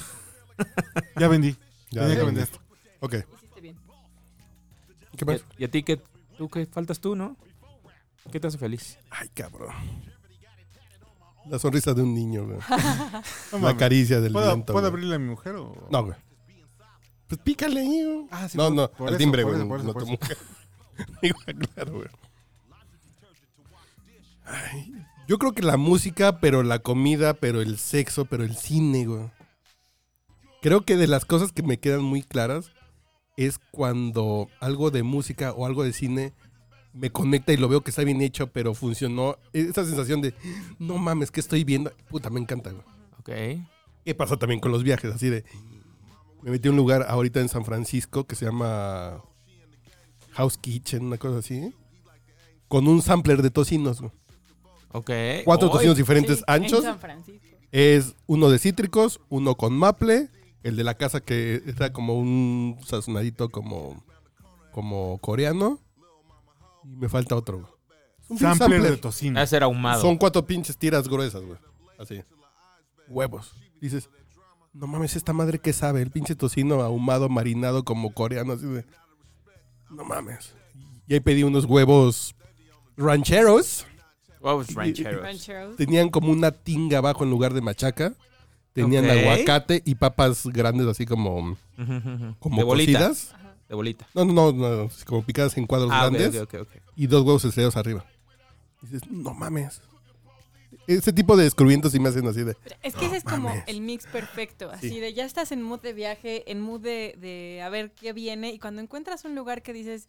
S1: ya vendí.
S2: Ya,
S1: Tenía
S2: ya
S1: que
S2: vendí.
S1: vender.
S2: Ok.
S4: Hiciste bien.
S2: ¿Qué
S3: ¿Y a,
S1: Eh,
S2: más?
S3: y a ti qué, tú qué faltas tú, no? ¿Qué te hace feliz?
S2: Ay, cabrón. La sonrisa de un niño, güey.
S1: No
S2: La
S1: mames.
S2: caricia del
S1: ¿Puedo,
S2: viento,
S1: ¿puedo
S2: güey.
S1: abrirle a mi mujer o.?
S2: No, güey. Pues pícale ahí, güey.
S1: Ah, sí,
S2: no,
S1: por-
S2: no,
S1: por
S2: al
S1: eso,
S2: timbre,
S1: por
S2: güey.
S1: eso, por eso,
S2: No
S1: por
S2: te Digo, claro, güey. Ay, yo creo que la música, pero la comida, pero el sexo, pero el cine, güey. Creo que de las cosas que me quedan muy claras es cuando algo de música o algo de cine me conecta y lo veo que está bien hecho, pero funcionó. Esa sensación de, no mames, que estoy viendo? Puta, me encanta, güey.
S3: Ok.
S2: ¿Qué pasa también con los viajes? Así de. Me metí a un lugar ahorita en San Francisco que se llama House Kitchen, una cosa así. Con un sampler de tocinos. güey.
S3: Ok.
S2: Cuatro
S3: Oy,
S2: tocinos diferentes
S4: Sí,
S2: anchos.
S4: En San Francisco.
S2: Es uno de cítricos, uno con maple, el de la casa que era como un sazonadito como, como coreano. Y me falta otro. güey. Es un
S1: Sampler,
S2: sampler.
S1: de tocino.
S3: Ha de ser ahumado.
S2: Son cuatro pinches tiras gruesas, güey. Así. Huevos. Dices, no mames, esta madre que sabe, el pinche tocino ahumado, marinado como coreano, así de. No mames. Y ahí pedí unos huevos rancheros.
S3: Wow, it's rancheros.
S4: Rancheros.
S2: Tenían como una tinga abajo en lugar de machaca. Tenían
S3: Ok.
S2: aguacate y papas grandes así como,
S3: Ujú, ujú, ujú.
S2: como
S3: de bolita.
S2: cocidas.
S3: De bolita.
S2: No, no, no, no, así como picadas en cuadros
S3: Ah, ok,
S2: grandes
S3: ok, ok, ok.
S2: y dos huevos estrellados arriba. Dices, no mames. Ese tipo de descubrimientos sí me hacen así de.
S4: Pero Es que ese es como
S2: mames.
S4: el mix perfecto, así
S2: Sí.
S4: de ya estás en mood de viaje, en mood de, de a ver qué viene y cuando encuentras un lugar que dices,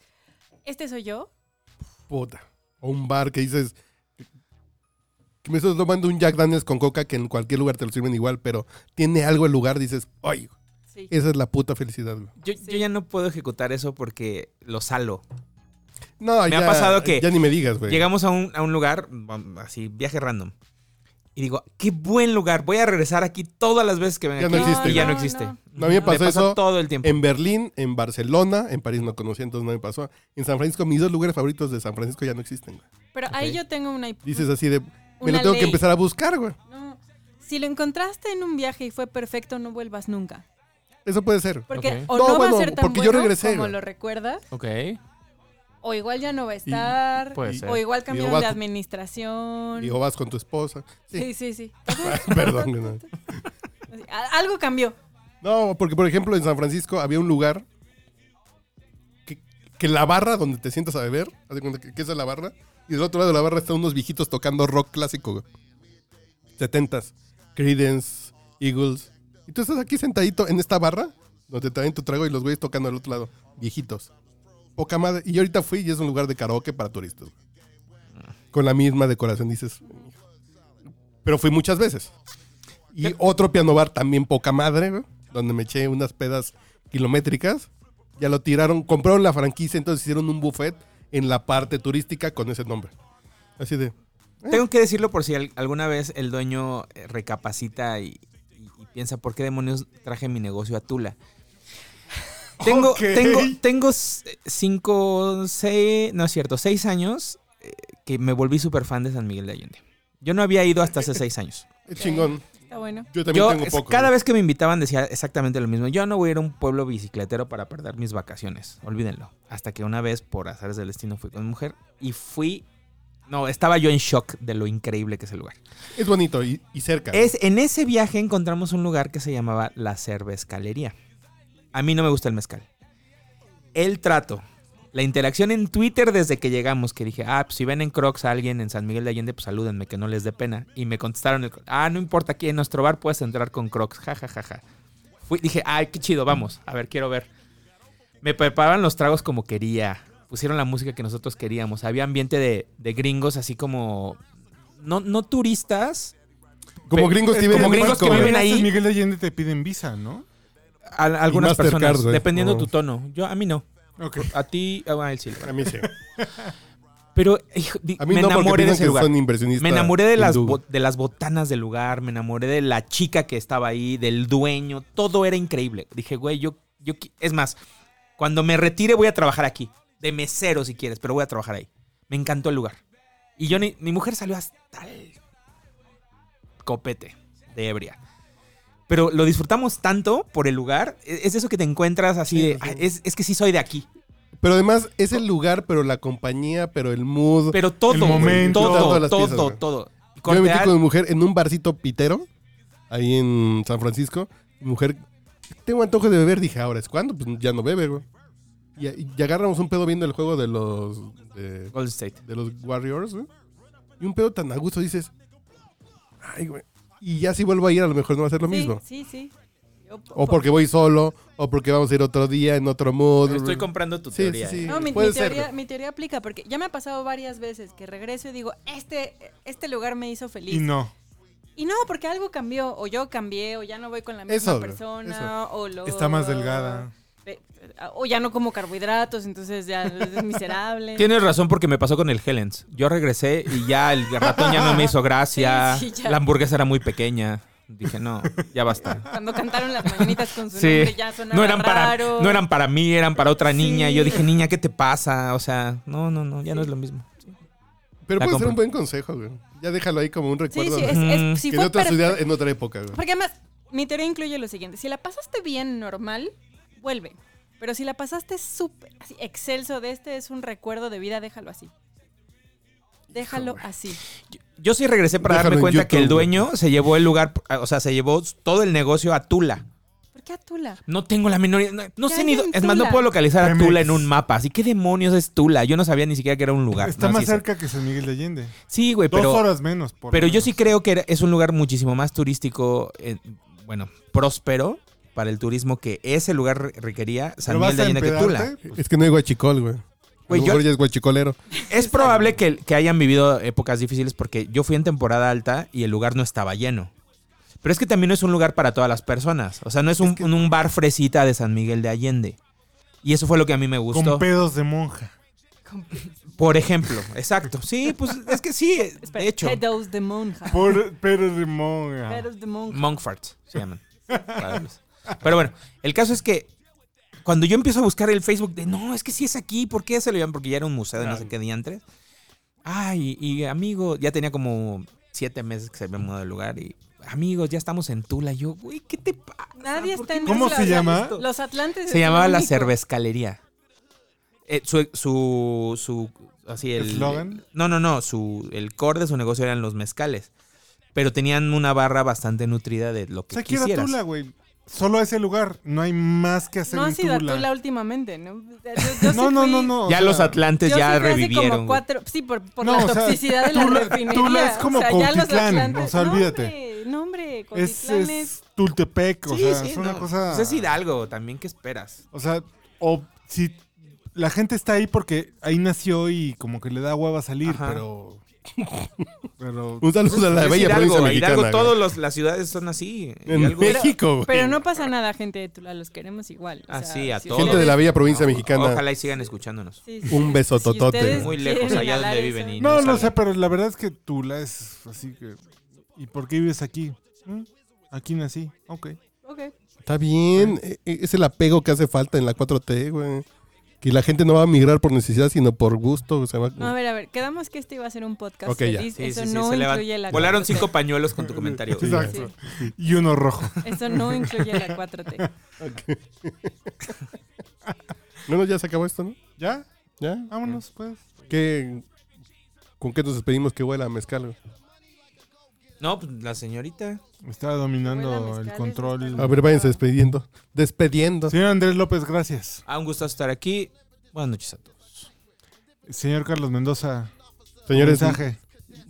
S4: este soy yo,
S2: puta. O un bar que dices. Que me estás tomando un Jack Daniels con coca que en cualquier lugar te lo sirven igual, pero tiene algo el lugar, dices, ¡ay!
S4: sí.
S2: Esa es la puta felicidad, güey.
S3: Yo, yo ya no puedo ejecutar eso porque lo salo.
S2: No,
S3: Me
S2: ya,
S3: ha pasado que
S2: Ya ni me digas, güey.
S3: Llegamos a un, a un lugar, mm, así, viaje random. Y digo, qué buen lugar, voy a regresar aquí todas las veces que venga
S2: Ya
S3: aquí.
S2: no existe,
S3: Y ya no
S4: güey.
S3: existe.
S4: No,
S2: No, a mí me pasó eso
S3: todo el tiempo.
S2: En Berlín, en Barcelona, en París no conocí, entonces no me pasó. En San Francisco, mis dos lugares favoritos de San Francisco ya no existen, güey.
S4: Pero ahí
S3: Ok.
S4: yo tengo una... hip-
S2: Dices así de. Me lo
S4: Una
S2: tengo que
S4: ley.
S2: empezar a buscar, güey.
S4: No. Si lo encontraste en un viaje y fue perfecto, no vuelvas nunca.
S2: Eso puede ser.
S4: Porque
S3: Ok.
S4: o
S2: No,
S4: no,
S2: bueno,
S4: va a ser tan
S2: porque yo
S4: bueno
S2: regresé,
S4: como
S2: güey.
S4: lo recuerdas,
S3: Ok,
S4: o igual ya no va a
S2: pues
S4: estar,
S3: puede
S2: Este,
S3: ser.
S4: o igual cambiaron
S2: vas-
S4: de administración.
S2: Digo, vas con tu esposa. Sí.
S4: sí, sí, sí.
S2: Perdón, güey, no.
S4: Así, a- Algo cambió.
S2: No, porque por ejemplo en San Francisco había un lugar que, que la barra donde te sientas a beber, haz de cuenta que, que esa es la barra, y del otro lado de la barra están unos viejitos tocando rock clásico, güey. Setentas, Creedence, Eagles. Y tú estás aquí sentadito en esta barra, donde te traen tu trago y los güeyes tocando al otro lado, viejitos. Poca madre. Y yo ahorita fui y es un lugar de karaoke para turistas. güey. Con la misma decoración, dices. Pero fui muchas veces. Y otro piano bar también poca madre, güey, donde me eché unas pedas kilométricas. Ya lo tiraron, compraron la franquicia, entonces hicieron un buffet en la parte turística con ese nombre. Así de.
S3: Tengo que decirlo por si al- alguna vez el dueño eh, recapacita y, y- y piensa por qué demonios traje mi negocio a Tula. Tengo,
S2: Ok.
S3: tengo, tengo c- cinco, seis, no es cierto, seis años eh, que me volví súper fan de San Miguel de Allende. Yo no había ido hasta hace seis años.
S2: eh, Chingón.
S4: Está bueno.
S2: Yo también
S3: Yo,
S2: tengo
S3: es-
S2: poco.
S3: cada
S2: güey.
S3: vez que me invitaban decía exactamente lo mismo. Yo no voy a ir a un pueblo bicicletero para perder mis vacaciones. Olvídenlo. Hasta que una vez, por azares del destino, fui con mi mujer y fui. No, estaba yo en shock de lo increíble que es el lugar.
S2: Es bonito y, y cerca.
S3: Es, en ese viaje encontramos un lugar que se llamaba La Cervescalería. A mí no me gusta el mezcal. El trato. La interacción en Twitter desde que llegamos, que dije, ah, pues si ven en Crocs a alguien en San Miguel de Allende, pues salúdenme, que no les dé pena. Y me contestaron, el- ah, no importa, aquí en nuestro bar puedes entrar con Crocs, ja, ja, ja, ja. Fui, dije, ay, qué chido, vamos, a ver, quiero ver. Me preparaban los tragos como quería, pusieron la música que nosotros queríamos. Había ambiente de, de gringos así como, no, no turistas,
S2: como
S3: pe-
S2: gringos que viven
S3: como
S2: en
S3: gringos que
S2: México,
S3: viven
S2: güey.
S3: ahí.
S1: San Miguel de Allende te piden visa, ¿no?
S3: A- algunas
S2: Mastercard,
S3: personas,
S2: güey.
S3: dependiendo
S2: Oh.
S3: tu tono. Yo a mí no,
S1: Ok.
S3: a ti a a él sí.
S2: A mí sí.
S3: Pero hijo, di-
S2: A mí
S3: me
S2: no porque
S3: enamoré de
S2: piensan
S3: ese
S2: que
S3: lugar.
S2: son inversionistas.
S3: Me enamoré de las,
S2: hindú.
S3: bo- de las botanas del lugar, me enamoré de la chica que estaba ahí, del dueño, todo era increíble. Dije, güey, yo, yo qui- es más, cuando me retire voy a trabajar aquí, de mesero si quieres, pero voy a trabajar ahí. Me encantó el lugar. Y yo ni- mi mujer salió hasta el copete de ebria. Pero lo disfrutamos tanto por el lugar, e- es eso que te encuentras así de, "Ah, es, es que sí soy de aquí.
S2: Pero además es
S3: Oh.
S2: el lugar, pero la compañía, pero el mood.
S3: Pero todo,
S1: El
S3: güey,
S1: momento.
S3: todo,
S2: Todas las
S3: todo,
S2: piezas,
S3: todo,
S2: güey. Yo me
S3: Corte
S2: metí
S3: a-
S2: con mi mujer en un barcito pitero, ahí en San Francisco. Mi mujer, tengo antojo de beber. Dije, ¿ahora es cuándo? Pues ya no bebe, güey. Y, y agarramos un pedo viendo el juego de los, de,
S3: Golden State.
S2: de los Warriors, güey. Y un pedo tan a gusto, dices, ay, güey. Y ya si vuelvo a ir, a lo mejor no va a ser lo
S4: Sí,
S2: mismo.
S4: Sí, sí. Yo-
S2: O porque voy solo, o porque vamos a ir otro día en otro mood.
S3: Estoy comprando tu
S2: Sí,
S3: teoría.
S2: sí,
S3: eh.
S2: sí.
S4: No, mi, mi
S2: Puede ser.
S4: teoría, mi teoría aplica porque ya me ha pasado varias veces que regreso y digo, este, este lugar me hizo feliz.
S1: Y no.
S4: Y no, porque algo cambió, o yo cambié, o ya no voy con la misma
S2: Eso, bro,
S4: persona, o lo...
S1: Está más delgada.
S4: Eh, O ya no como carbohidratos, entonces ya es miserable.
S3: Tienes razón porque me pasó con el Helens. Yo regresé y ya el ratón ya no me hizo gracia.
S4: Sí, sí, ya.
S3: la hamburguesa era muy pequeña. Dije, no, ya basta.
S4: Cuando cantaron las mañanitas con su
S3: Sí.
S4: nombre ya sonaba
S3: No eran, para,
S4: raro.
S3: no eran para mí, eran para otra niña.
S4: Sí.
S3: Y yo dije, niña, ¿qué te pasa? O sea, no, no, no, ya no es lo mismo.
S2: Pero
S3: La
S2: puede ser
S3: compro.
S2: un buen consejo, güey. Ya déjalo ahí como un
S4: Sí,
S2: recuerdo.
S4: sí,
S2: güey.
S4: es,
S3: Mm.
S4: es, sí
S2: que
S4: fue
S2: de otra
S4: per-
S2: ciudad, en otra época, güey.
S4: Porque además, mi teoría incluye lo siguiente. Si la pasaste bien normal, vuelve. Pero si la pasaste súper así, excelso de este es un recuerdo de vida, déjalo así. Déjalo así.
S3: Yo sí regresé para
S2: Déjalo
S3: darme
S2: en
S3: cuenta que el
S2: YouTube, güey.
S3: dueño se llevó el lugar, o sea, se llevó todo el negocio a Tula.
S4: ¿Por qué a Tula?
S3: No tengo la menor idea. No, no
S4: ¿Qué
S3: sé
S4: hay
S3: ni. do-
S4: en
S3: Es más, no
S4: Tula?
S3: puedo localizar a
S1: Pemex.
S3: Tula en un mapa. Así que demonios es Tula. Yo no sabía ni siquiera que era un lugar.
S1: Está
S3: No,
S1: más
S3: sí sé.
S1: cerca que San Miguel de Allende.
S3: Sí, güey,
S1: Dos
S3: pero.
S1: horas menos, por
S3: Pero
S1: lo
S3: yo
S1: menos.
S3: sí creo que era- es un lugar muchísimo más turístico, eh, bueno, próspero para el turismo que ese lugar re- requería San
S1: ¿Pero vas
S3: Miguel de
S1: a
S3: Allende que Tula. Pues,
S1: empedarte?
S2: Pues, Es que no hay guachicol, güey. A
S3: Güey,
S2: lo
S3: yo-
S2: mejor ya es guachicolero.
S3: Es probable que, que hayan vivido épocas difíciles porque yo fui en temporada alta y el lugar no estaba lleno. Pero es que también no es un lugar para todas las personas. O sea, no es un, un bar fresita de San Miguel de Allende. Y eso fue lo que a mí me gustó.
S1: Con pedos de monja.
S3: Por ejemplo, exacto. Sí, pues es que sí, de hecho.
S4: Pedos de monja.
S1: Por pedos de monja.
S4: Pedos de monja.
S3: Monkfart se llaman. Padres. Pero bueno, el caso es que cuando yo empiezo a buscar el Facebook de no, es que sí es aquí, ¿por qué se lo llaman? Porque ya era un museo de no sé qué diantres. Ay, y amigo, ya tenía como siete meses que se había mudado del lugar y amigos, ya estamos en Tula. Yo, güey, ¿qué te pasa?
S4: Nadie
S3: ¿Por
S4: está
S3: qué
S4: en
S3: no
S1: ¿Cómo
S3: lo
S4: Tula.
S1: se
S3: había
S1: llama?
S3: visto?
S4: Los Atlantes.
S3: Se llamaba La
S4: cerveza.
S3: Cervescalería. Eh, su, su, su, así el...
S1: ¿Eslogan?
S3: No, no, no. Su, el core de su negocio eran los mezcales. Pero tenían una barra bastante nutrida de lo
S1: O
S3: que
S1: sea, quiero a
S3: quisieras.
S1: Tula, güey. Solo a ese lugar. No hay más que hacer
S4: No ha
S1: en
S4: sido a
S1: Tula.
S4: Tula últimamente, ¿no? Yo- yo sí
S1: no, no,
S4: fui-
S1: no, no. o
S3: ya
S1: sea,
S3: los atlantes
S4: yo
S3: ya
S4: sí fui hace
S3: revivieron.
S4: Como cuatro, sí, por, por
S1: No,
S4: la
S1: o sea,
S4: toxicidad de la
S1: Tula-
S4: refinería.
S1: Tula es como
S4: o sea, ya los
S1: Cuautitlán,
S4: Atlantes-
S1: o sea, olvídate.
S4: No, hombre, no, hombre
S1: Es,
S4: Cuautitlán es...
S1: es Tultepec, o
S3: güey.
S1: sea,
S3: Sí, sí,
S1: es una
S3: no.
S1: cosa...
S3: Pues es Hidalgo también, ¿qué esperas?
S1: O sea, o si la gente está ahí porque ahí nació y como que le da hueva salir,
S3: Ajá.
S1: pero Pero
S2: Un saludo a la
S3: Es
S2: bella
S3: Hidalgo,
S2: provincia
S3: Hidalgo,
S2: mexicana. güey.
S3: todos los- las ciudades son así.
S2: En
S3: Hidalgo-
S2: México, güey.
S4: Pero no pasa nada, gente de Tula, los queremos igual.
S3: Ah, sí, a todos.
S2: Gente de la bella provincia mexicana.
S3: Ojalá y sigan escuchándonos.
S4: Sí, sí.
S2: Un besototote.
S4: Si ustedes
S3: Muy lejos,
S4: quieren
S3: allá
S4: inhalar
S3: donde
S4: eso,
S3: viven. y
S1: No, no
S3: salen.
S1: sé, pero la verdad es que Tula es así que... ¿Y por qué vives aquí? ¿Mm? Aquí nací. Ok.
S4: ok.
S2: Está bien. e- e- Es el apego que hace falta en la 4T, güey. Que la gente no va a migrar por necesidad, sino por gusto. se va-
S4: No, a ver, a ver, quedamos que este iba a ser un podcast
S2: Ok, ya.
S4: feliz.
S3: Sí,
S4: Eso
S3: sí, sí,
S4: no
S3: se le va-
S4: incluye la
S3: Volaron
S4: 4T.
S3: cinco pañuelos con tu comentario.
S1: Exacto. Y uno rojo.
S4: Eso no incluye la 4T.
S2: Bueno, ya se acabó esto, ¿no?
S1: ¿Ya?
S2: ¿Ya?
S1: Vámonos, pues.
S2: ¿Qué- ¿Con qué nos despedimos que huela a mezcal? güey?
S3: No, pues la señorita.
S1: Está
S4: Abuela
S1: dominando
S4: Mezcal,
S1: el
S4: eso
S1: control.
S4: está-
S2: A ver, váyanse despediendo. Despediendo.
S1: Señor Andrés López, gracias.
S3: Ah, un gusto estar aquí. Buenas noches a todos.
S1: Señor Carlos Mendoza,
S2: Señores,
S1: mensaje.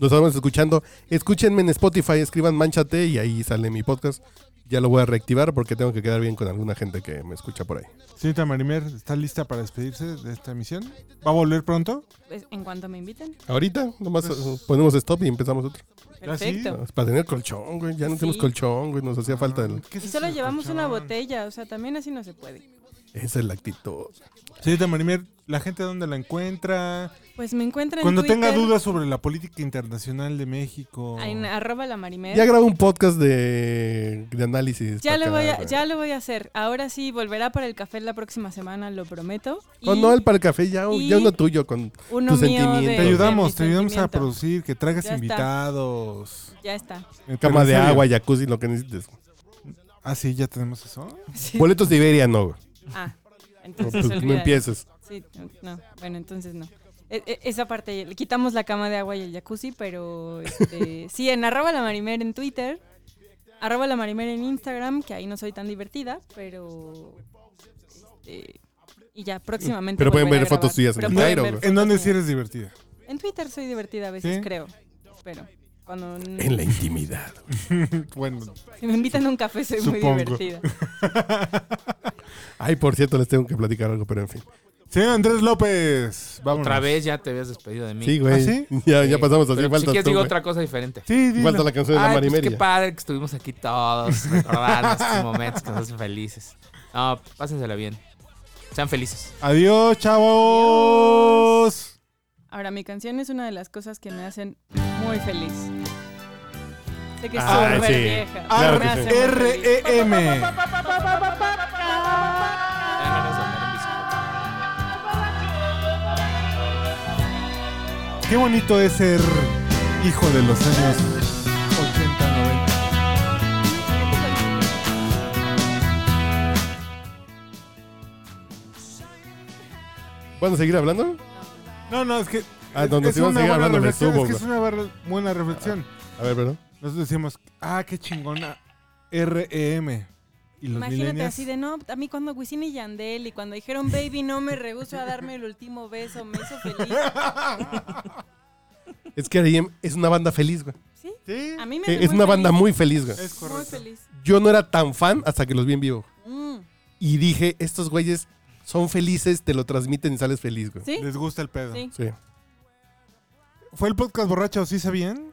S2: nos estamos escuchando. Escúchenme en Spotify, escriban Manchate y ahí sale mi podcast. Ya lo voy a reactivar porque tengo que quedar bien con alguna gente que me escucha por ahí.
S1: Señorita Marimer, ¿está lista para despedirse de esta emisión? ¿Va a volver pronto?
S4: Pues, en cuanto me inviten.
S2: Ahorita nomás
S4: Pues-
S2: eh, ponemos stop y empezamos otro.
S1: ¿Ah, sí?
S4: Perfecto.
S2: Ah, Para tener colchón, güey. Ya no tenemos
S4: Sí.
S2: colchón, güey. Nos hacía falta el...
S1: ¿Qué es
S4: Y solo
S1: eso,
S4: llevamos una
S1: colchón?
S4: botella, o sea, también así no se puede.
S2: Esa es la actitud.
S1: Señorita Marimer, ¿la gente dónde la encuentra?
S4: Pues me encuentran
S1: Cuando
S4: en
S1: tenga
S4: Twitter,
S1: dudas sobre la política internacional de México.
S4: En arroba la marimer.
S2: Ya grabé un podcast de, de análisis.
S4: ¿Eh? Ya lo,
S2: para
S4: voy
S2: acá,
S4: a,
S2: güey.
S4: ya lo voy a hacer. Ahora sí, volverá para el café la próxima semana, lo prometo.
S2: Oh,
S4: Y
S2: no, el para el café ya,
S4: y-
S2: ya uno tuyo con...
S4: uno
S2: tus
S4: mío
S2: sentimientos.
S4: de-
S1: Te
S4: de
S1: ayudamos,
S4: mis
S1: te ayudamos a
S4: sentimientos.
S1: producir, que traigas
S4: Ya está.
S1: invitados.
S4: Ya está.
S1: Eh, pero
S2: Cama
S1: en
S2: de
S1: serio.
S2: agua, jacuzzi, lo que necesites.
S1: Ah, sí, ya tenemos eso.
S4: Sí.
S2: Boletos de Iberia, no. güey.
S4: Ah,
S2: No,
S4: entonces
S2: pues, no
S4: olvídalo.
S2: empieces.
S4: Sí, no, bueno, entonces no. E- e- Esa parte, le quitamos la cama de agua y el jacuzzi, pero este, sí, en arroba la marimer en Twitter, arroba la marimer en Instagram, que ahí no soy tan divertida, pero... este, y ya, próximamente...
S2: Pero pueden
S4: volveré
S2: ver
S4: a grabar.
S2: fotos tuyas en
S4: Pero
S2: el
S4: pueden
S2: Cairo,
S4: ver
S2: güey.
S1: ¿En
S4: fotos
S1: dónde
S4: mías.
S1: sí eres divertida?
S4: En Twitter soy divertida a veces,
S1: ¿Sí?
S4: creo. Pero cuando n-
S2: En la intimidad.
S1: Bueno,
S4: si me invitan a un café soy
S1: Supongo.
S4: muy divertida.
S2: Ay, por cierto, les tengo que platicar algo, pero en fin.
S1: señor Andrés López, vámonos.
S3: Otra vez ya te habías despedido de mí.
S2: Sí, güey.
S1: ¿Ah, sí?
S2: Ya, ya pasamos a hacer
S3: Pero Si
S2: falta
S3: quieres
S2: tú,
S3: digo
S2: güey.
S3: otra cosa diferente.
S1: Sí, dilo.
S2: Falta la canción de la
S3: Ay, pues,
S2: Marimeria.
S3: qué padre que estuvimos aquí todos recordando estos momentos que nos hacen felices. No, pásensela bien. Sean felices.
S1: Adiós, chavos.
S4: Ahora, mi canción es una de las cosas que me hacen muy feliz. Sé que es
S2: Ah,
S4: súper
S2: sí.
S4: vieja.
S2: Claro
S4: pero
S2: que
S4: me
S2: sí. E
S4: hace muy feliz.
S1: R-E-M.
S3: Tengan ganas de andar en bicicleta.
S1: Qué bonito es ser hijo de los años 80, 90.
S2: ¿Van a seguir hablando?
S1: No, no, es que.
S2: Ah,
S1: es,
S2: no, nos
S1: es
S2: iban a
S1: una
S2: seguir
S1: buena
S2: hablando, me
S1: reflexión.
S2: subo,
S1: Es que es
S2: güey.
S1: una barra- buena reflexión.
S2: A ver, perdón.
S1: Nosotros decimos, ah, qué chingona. REM. Y los
S4: Imagínate
S1: millennials.
S4: así de no, a mí cuando Wisin y Yandel y cuando dijeron baby no me rehúso a darme el último beso, me hizo feliz.
S2: Es que R.E.M. es una banda feliz, güey.
S4: Sí,
S1: Sí.
S4: a mí me hace
S2: Eh, Es una banda
S4: feliz,
S2: muy feliz, güey.
S1: Es
S4: muy
S1: correcto.
S4: feliz.
S2: Yo no era tan fan hasta que los vi en vivo.
S4: Mm,
S2: Y dije, estos güeyes son felices, te lo transmiten y sales feliz, güey.
S4: ¿Sí?
S1: Les gusta el pedo.
S4: Sí.
S2: Sí.
S1: ¿Fue el podcast borracho? ¿Sí sabían?